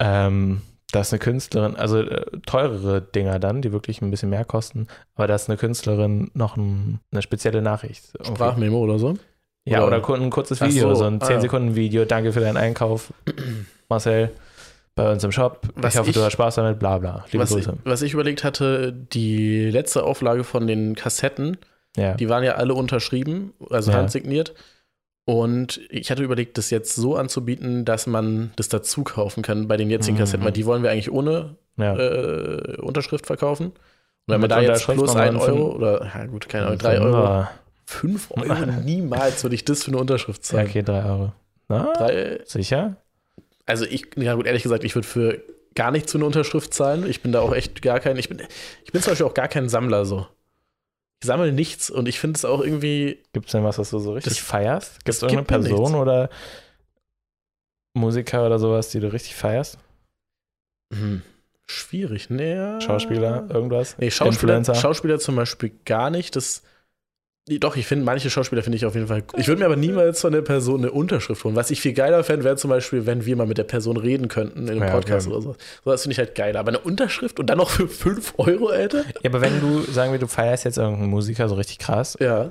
A: ähm, dass eine Künstlerin, also äh, teurere Dinger dann, die wirklich ein bisschen mehr kosten, aber dass eine Künstlerin noch ein, eine spezielle Nachricht. irgendwie-
B: Sprachmemo oder so.
A: Ja, oder
B: oder-
A: kur- ein kurzes
B: Ach
A: Video,
B: so,
A: so, ein
B: ah,
A: 10
B: ja.
A: Sekunden Video, danke für deinen Einkauf, Marcel, bei uns im Shop.
B: Was
A: ich hoffe, du
B: ich-
A: hast Spaß damit, bla bla. Liebe
B: Was ich,
A: Grüße.
B: was ich überlegt hatte, die letzte Auflage von den Kassetten,
A: Ja.
B: Die waren ja alle unterschrieben, also
A: Ja.
B: handsigniert. Und ich hatte überlegt, das jetzt so anzubieten, dass man das dazu kaufen kann bei den jetzigen
A: Mhm.
B: Kassetten, weil die wollen wir eigentlich ohne
A: ja.
B: äh, Unterschrift verkaufen. Und wenn man
A: Mit
B: da jetzt
A: Unterschrift
B: plus
A: nochmal
B: 1
A: einen Fün-
B: Euro oder, ja gut, keine Ahnung, 3 äh, Euro, 5 Euro, niemals würde ich das für eine Unterschrift
A: Ja,
B: zahlen.
A: okay, 3 Euro. Na,
B: Drei,
A: sicher?
B: also ich, ja gut, ehrlich gesagt, ich würde für gar nichts für eine Unterschrift zahlen. Ich bin da auch echt gar kein, ich bin, ich bin zum Beispiel auch gar kein Sammler so. Ich sammle nichts und ich finde es auch irgendwie,
A: Gibt es denn was, was du so richtig
B: Das-
A: feierst? Gibt es
B: das
A: irgendeine
B: gibt mir nichts.
A: Person oder Musiker oder sowas, die du richtig feierst?
B: Hm. Schwierig, ne?
A: Schauspieler, irgendwas?
B: Nee, Schauspieler,
A: Influencer?
B: Schauspieler zum Beispiel gar nicht. Das, nee, doch, ich finde, manche Schauspieler finde ich auf jeden Fall. Ich würde mir aber niemals von der Person eine Unterschrift holen. Was ich viel geiler fände, wäre zum Beispiel, wenn wir mal mit der Person reden könnten in einem
A: Ja,
B: Podcast
A: okay.
B: oder so. So, das finde ich halt geiler. Aber eine Unterschrift und dann noch für 5 Euro, Alter?
A: Ja, aber wenn du, sagen wir, du feierst jetzt irgendeinen Musiker so richtig krass,
B: Ja.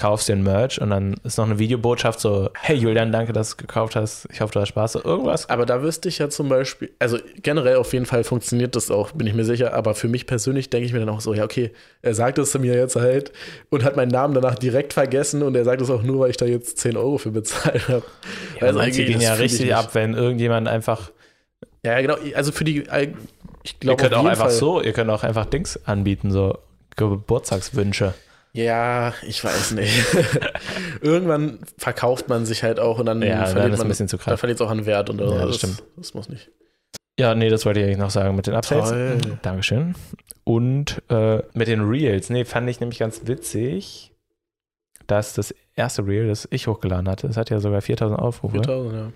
A: kaufst den Merch und dann ist noch eine Videobotschaft so, hey Julian, danke, dass du gekauft hast, ich hoffe, du hast Spaß, so irgendwas.
B: Aber da wüsste ich ja zum Beispiel, also generell auf jeden Fall funktioniert das auch, bin ich mir sicher. Aber für mich persönlich denke ich mir dann auch so, ja, okay, er sagt es zu mir jetzt halt und hat meinen Namen danach direkt vergessen und er sagt es auch nur, weil ich da jetzt 10 Euro für bezahlt habe.
A: Ja,
B: also
A: manche
B: irgendwie,
A: gehen
B: das
A: ja
B: fühl ich
A: richtig
B: nicht.
A: ab, wenn irgendjemand einfach,
B: Ja, ja, genau. Also für die, ich
A: ihr
B: glaube,
A: könnt
B: auf
A: auch
B: jeden
A: einfach
B: Fall-
A: so, ihr könnt auch einfach Dings anbieten, so Geburtstagswünsche.
B: Ja, ich weiß nicht. Irgendwann verkauft man sich halt auch und dann
A: Ja, dann
B: verliert
A: ist
B: man
A: ein bisschen zu
B: Dann
A: krass.
B: verliert es auch an Wert und so.
A: Ja, das
B: das,
A: stimmt.
B: Das muss nicht.
A: Ja, nee, das wollte ich eigentlich noch sagen mit den Updates.
B: Toll.
A: Dankeschön. Und äh, mit den Reels, nee, fand ich nämlich ganz witzig, dass das erste Reel, das ich hochgeladen hatte, es hat ja sogar 4000 Aufrufe.
B: 4000, ja.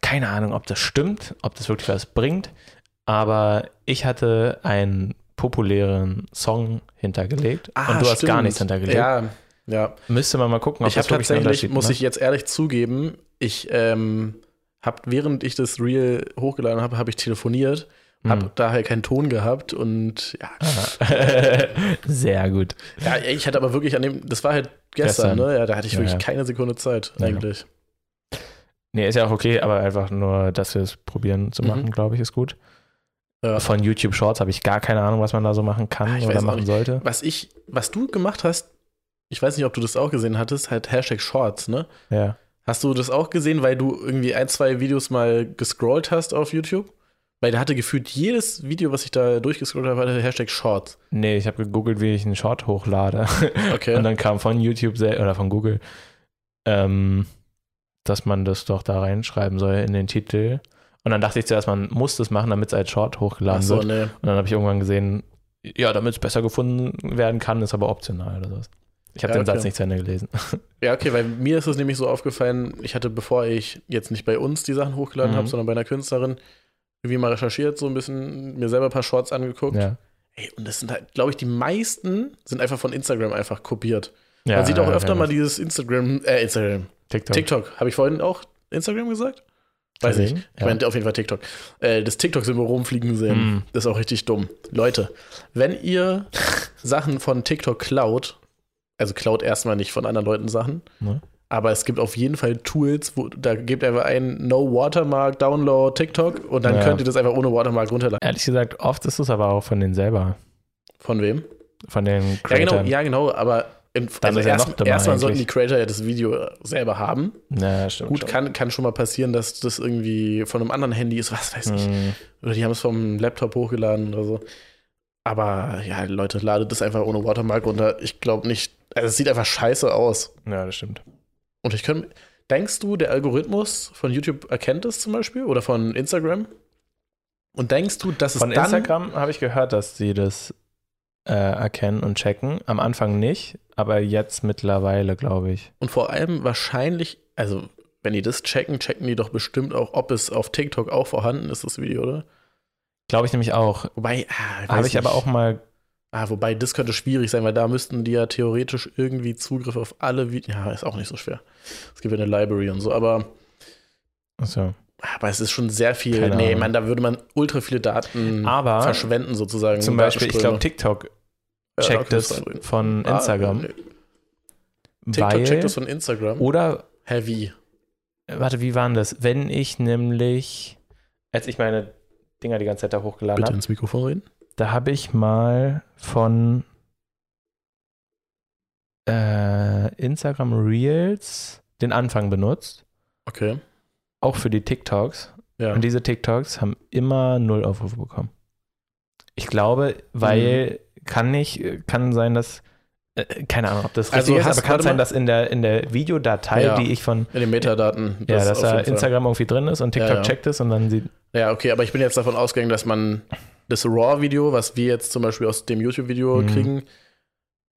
A: Keine Ahnung, ob das stimmt, ob das wirklich was bringt, aber ich hatte einen populären Song hintergelegt
B: Ah,
A: und du hast gar
B: stimmt.
A: nichts hintergelegt.
B: Ja, Ja,
A: Müsste man mal gucken, ob
B: ich habe
A: wirklich einen
B: tatsächlich,
A: Unterschied ne?
B: muss
A: macht.
B: ich jetzt ehrlich zugeben, ich ähm, habe, während ich das Reel hochgeladen habe, habe ich telefoniert, habe
A: Hm.
B: daher keinen Ton gehabt und ja, Hm.
A: Ah. Sehr gut.
B: ja, ich hatte aber wirklich an dem, das war halt gestern,
A: Gestern.
B: ne? Ja, da hatte ich
A: Ja,
B: wirklich
A: ja.
B: keine Sekunde Zeit
A: Ja.
B: eigentlich.
A: Nee, ist ja auch okay, aber einfach nur, dass wir es probieren zu
B: Mhm.
A: machen, glaube ich, ist gut.
B: Ja.
A: Von YouTube Shorts habe ich gar keine Ahnung, was man da so machen
B: Ah,
A: kann
B: ich weiß
A: oder
B: auch
A: machen
B: nicht.
A: sollte.
B: Was ich, was du gemacht hast, ich weiß nicht, ob du das auch gesehen hattest, halt Hashtag Shorts, ne?
A: Ja.
B: Hast du das auch gesehen, weil du irgendwie ein, zwei Videos mal gescrollt hast auf YouTube? Weil da hatte gefühlt jedes Video, was ich da durchgescrollt habe, hatte Hashtag Shorts.
A: Nee, ich habe gegoogelt, wie ich einen Short hochlade.
B: Okay.
A: Und dann kam von YouTube sel- oder von Google, ähm, dass man das doch da reinschreiben soll in den Titel. Und dann dachte ich zuerst, man muss das machen, damit es als Short hochgeladen
B: Ach so,
A: wird.
B: ne.
A: Und dann habe ich irgendwann gesehen, ja, damit es besser gefunden werden kann, ist aber optional oder sowas. Ich habe
B: Ja,
A: den
B: okay.
A: Satz nicht zu Ende gelesen.
B: Ja, okay, weil mir ist es nämlich so aufgefallen, ich hatte, bevor ich jetzt nicht bei uns die Sachen hochgeladen
A: Mhm.
B: habe, sondern bei einer Künstlerin, irgendwie mal recherchiert, so ein bisschen, mir selber ein paar Shorts angeguckt.
A: Ja.
B: Ey, und das sind halt, glaube ich, die meisten sind einfach von Instagram einfach kopiert.
A: Ja,
B: Man sieht auch
A: ja,
B: öfter
A: ja.
B: mal dieses Instagram, äh, Instagram,
A: TikTok.
B: TikTok. Habe ich vorhin auch Instagram gesagt? Weiß ich.
A: Gesehen?
B: Ich
A: Ja.
B: meinte auf jeden Fall TikTok. Äh, das TikTok-Symbol rumfliegen sehen.
A: Mm.
B: Das ist auch richtig dumm. Leute, wenn ihr Sachen von TikTok klaut, also klaut erstmal nicht von anderen Leuten Sachen,
A: Ne?
B: aber es gibt auf jeden Fall Tools, wo da gebt einfach ein No Watermark Download TikTok und dann
A: Ja.
B: könnt ihr das einfach ohne Watermark runterladen.
A: Ehrlich gesagt, oft ist es aber auch von denen selber,
B: Von wem?
A: von den
B: Ja genau,
A: Creators.
B: ja, genau, aber im,
A: Dann
B: also
A: ist ja
B: erst-
A: noch dümmer
B: erstmal sollten die
A: eigentlich.
B: Creator ja das Video selber haben.
A: ja, stimmt.
B: Gut,
A: schon.
B: kann, kann schon mal passieren, dass das irgendwie von einem anderen Handy ist, was weiß ich.
A: Mm.
B: Oder die haben es vom Laptop hochgeladen oder so. Aber ja, Leute, ladet das einfach ohne Watermark runter. Ich glaube nicht. Also, es sieht einfach scheiße aus.
A: Ja, das stimmt.
B: Und ich kann. Denkst du, der Algorithmus von YouTube erkennt das zum Beispiel? Oder von Instagram? Und denkst du, dass es
A: Von
B: dann.
A: Instagram habe ich gehört, dass sie das äh, erkennen und checken. Am Anfang nicht, aber jetzt mittlerweile, glaube ich.
B: Und vor allem wahrscheinlich. Also, wenn die das checken, checken die doch bestimmt auch, ob es auf TikTok auch vorhanden ist, das Video, oder?
A: Glaube ich nämlich auch.
B: Wobei. Ah, weiß
A: Habe ich
B: nicht.
A: aber auch mal,
B: Ah, wobei, das könnte schwierig sein, weil da müssten die ja theoretisch irgendwie Zugriff auf alle Videos. Ja, ist auch nicht so schwer. Es gibt ja eine Library und so, aber,
A: achso.
B: aber es ist schon sehr viel.
A: Keine
B: nee,
A: Ahnung.
B: man, da würde man ultra viele Daten
A: Aber
B: verschwenden, sozusagen.
A: zum Beispiel, ich glaube,
B: Datenströme.
A: TikTok
B: Ja,
A: checkt
B: da
A: das
B: kannst du-
A: von
B: Ah,
A: Instagram.
B: nee. TikTok
A: weil, Oh.
B: checkt das von Instagram.
A: oder,
B: Heavy.
A: äh, warte, wie waren das? Wenn ich nämlich, als ich meine Dinger die ganze Zeit da hochgeladen
B: Bitte
A: habe,
B: ins Mikrofon reden.
A: Da habe ich mal von äh, Instagram Reels den Anfang benutzt,
B: Okay.
A: auch für die TikToks.
B: Ja.
A: Und diese TikToks haben immer null Aufrufe bekommen. Ich glaube,
B: Mhm.
A: weil kann nicht, kann sein, dass äh, keine Ahnung, ob das
B: Also
A: richtig
B: hast-
A: ist, aber kann
B: warte
A: sein,
B: mal.
A: dass in der in der Videodatei,
B: Ja.
A: die ich von
B: In den Metadaten.
A: ja, dass
B: auf
A: da
B: jeden Fall.
A: Instagram irgendwie drin ist und
B: Ja,
A: TikTok
B: ja.
A: checkt es und dann sieht
B: Ja, okay, aber ich bin jetzt davon ausgegangen, dass man das RAW-Video, was wir jetzt zum Beispiel aus dem YouTube-Video
A: Mhm.
B: kriegen,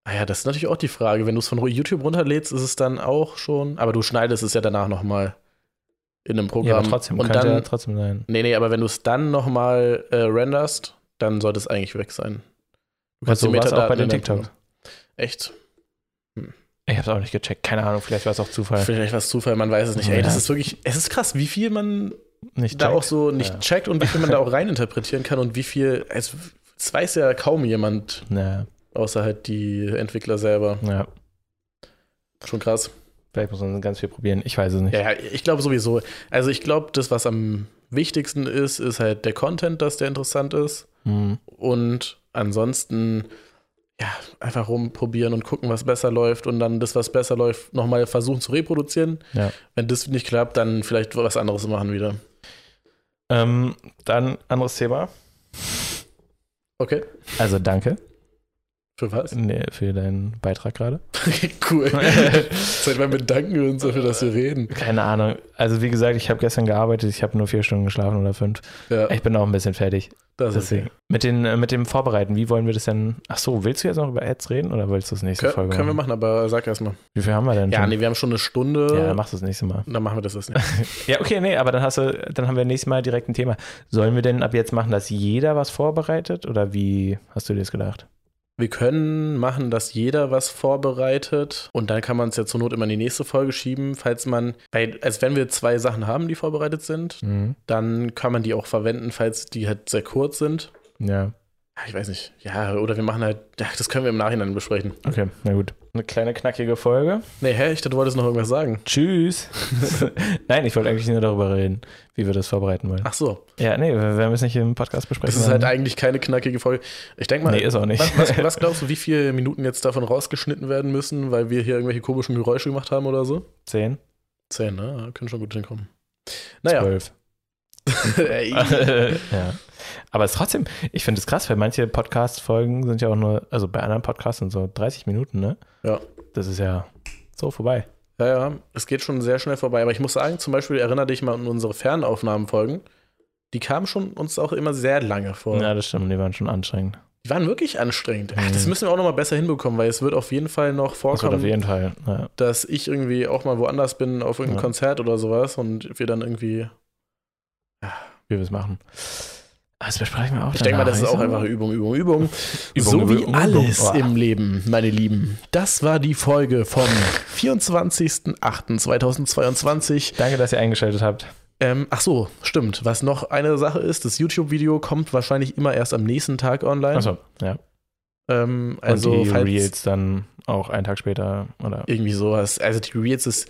B: ah ja, das ist natürlich auch die Frage. Wenn du es von YouTube runterlädst, ist es dann auch schon, aber du schneidest es ja danach nochmal in einem Programm.
A: ja, aber trotzdem
B: Und
A: kann
B: dann,
A: ja trotzdem sein.
B: nee, nee, aber wenn du es dann nochmal äh, renderst, dann sollte es eigentlich weg sein. Du
A: Und so war's auch bei
B: in
A: den
B: deinem
A: TikToks.
B: Programm- Echt?
A: Ich habe es auch nicht gecheckt, keine Ahnung, vielleicht war es auch Zufall.
B: Vielleicht was Zufall, man weiß es nicht. Ey,
A: Ja.
B: das ist wirklich, es ist krass, wie viel man
A: Nicht
B: da
A: checkt.
B: auch so nicht
A: Ja.
B: checkt und wie viel man da auch reininterpretieren kann und wie viel, also das weiß ja kaum jemand,
A: Naja,
B: außer halt die Entwickler selber.
A: ja,
B: Schon krass.
A: vielleicht muss man ganz viel probieren. Ich weiß es nicht.
B: Ja, ja ich glaube sowieso. Also ich glaube, das, was am wichtigsten ist, ist halt der Content, dass der interessant ist.
A: Hm.
B: Und ansonsten, ja, einfach rumprobieren und gucken, was besser läuft und dann das, was besser läuft, nochmal versuchen zu reproduzieren.
A: Ja.
B: Wenn das nicht klappt, dann vielleicht was anderes machen wieder.
A: Ähm, dann anderes Thema.
B: Okay,
A: Also danke
B: für was?
A: nee, für deinen Beitrag gerade.
B: cool. Seit wann bedanken wir uns dafür, dass wir reden?
A: Keine Ahnung. Also wie gesagt, ich habe gestern gearbeitet. Ich habe nur vier Stunden geschlafen oder fünf.
B: Ja,
A: Ich bin auch ein bisschen fertig.
B: das ist
A: Deswegen.
B: okay.
A: Mit, den, äh, mit dem Vorbereiten, wie wollen wir das denn? Ach so, willst du jetzt noch über Ads reden oder willst du das nächste
B: Kö-
A: Folge
B: Können wir
A: machen?
B: machen, aber sag erst mal.
A: Wie viel haben wir denn?
B: Ja,
A: schon?
B: nee, wir haben schon eine Stunde.
A: ja, dann machst du das nächste Mal.
B: dann machen wir das das nächste
A: Ja, okay, nee, aber dann hast du, dann haben wir nächstes Mal direkt ein Thema. Sollen wir denn ab jetzt machen, dass jeder was vorbereitet? Oder wie hast du dir das gedacht?
B: Wir können machen, dass jeder was vorbereitet und dann kann man es ja zur Not immer in die nächste Folge schieben, falls man, weil, also wenn wir zwei Sachen haben, die vorbereitet sind,
A: Mhm.
B: dann kann man die auch verwenden, falls die halt sehr kurz sind.
A: Ja,
B: Ja, Ich weiß nicht. Ja, oder wir machen halt, ja, das können wir im Nachhinein besprechen.
A: okay, na gut. Eine kleine knackige Folge.
B: Nee, hä, ich dachte, du wolltest noch irgendwas sagen.
A: Tschüss. Nein, ich wollte eigentlich nur darüber reden, wie wir das vorbereiten wollen.
B: Ach so,
A: Ja, nee, wir werden es nicht im Podcast besprechen.
B: das ist halt
A: sondern-
B: eigentlich keine knackige Folge. Ich denke mal,
A: Nee, ist auch nicht.
B: was, was, was glaubst du, wie viele Minuten jetzt davon rausgeschnitten werden müssen, weil wir hier irgendwelche komischen Geräusche gemacht haben oder so?
A: Zehn,
B: Zehn, ne? Ja, Können schon gut hinkommen. Naja.
A: zwölf.
B: Ey,
A: ja. Aber es ist trotzdem, ich finde es krass, weil manche Podcast-Folgen sind ja auch nur, also bei anderen Podcasts sind so 30 Minuten, ne?
B: Ja.
A: Das ist ja so vorbei.
B: ja, ja, es geht schon sehr schnell vorbei. Aber ich muss sagen, zum Beispiel erinnere dich mal an unsere Fernaufnahmenfolgen. Die kamen schon uns auch immer sehr lange vor.
A: Ja, das stimmt, die waren schon anstrengend.
B: Die waren wirklich anstrengend. Ach, Das
A: Mhm.
B: müssen wir auch nochmal besser hinbekommen, weil es wird auf jeden Fall noch
A: Das wird auf
B: vorkommen,
A: jeden Fall. Ja.
B: dass ich irgendwie auch mal woanders bin auf irgendeinem
A: Ja.
B: Konzert oder sowas und wir dann irgendwie.
A: wie wir es machen. Aber das besprechen wir auch.
B: Ich denke mal, das ist
A: danach,
B: auch
A: nicht so?
B: einfach Übung, Übung, Übung.
A: Übung,
B: so wie
A: Übung, Übung.
B: alles
A: Oh.
B: im Leben, meine Lieben. Das war die Folge vom 24.08.2022.
A: Danke, dass ihr eingeschaltet habt.
B: Ähm, ach so, stimmt. Was noch eine Sache ist, das YouTube-Video kommt wahrscheinlich immer erst am nächsten Tag online.
A: Achso, ja.
B: Ähm,
A: Also, Und
B: also,
A: die
B: falls
A: Reels dann auch einen Tag später oder
B: irgendwie sowas. Also, die Reels ist,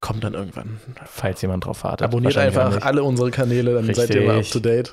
B: kommt dann irgendwann.
A: falls jemand drauf wartet.
B: Abonniert
A: Wahrscheinlich auch
B: einfach alle unsere Kanäle, dann seid ihr
A: Richtig.
B: immer up to date.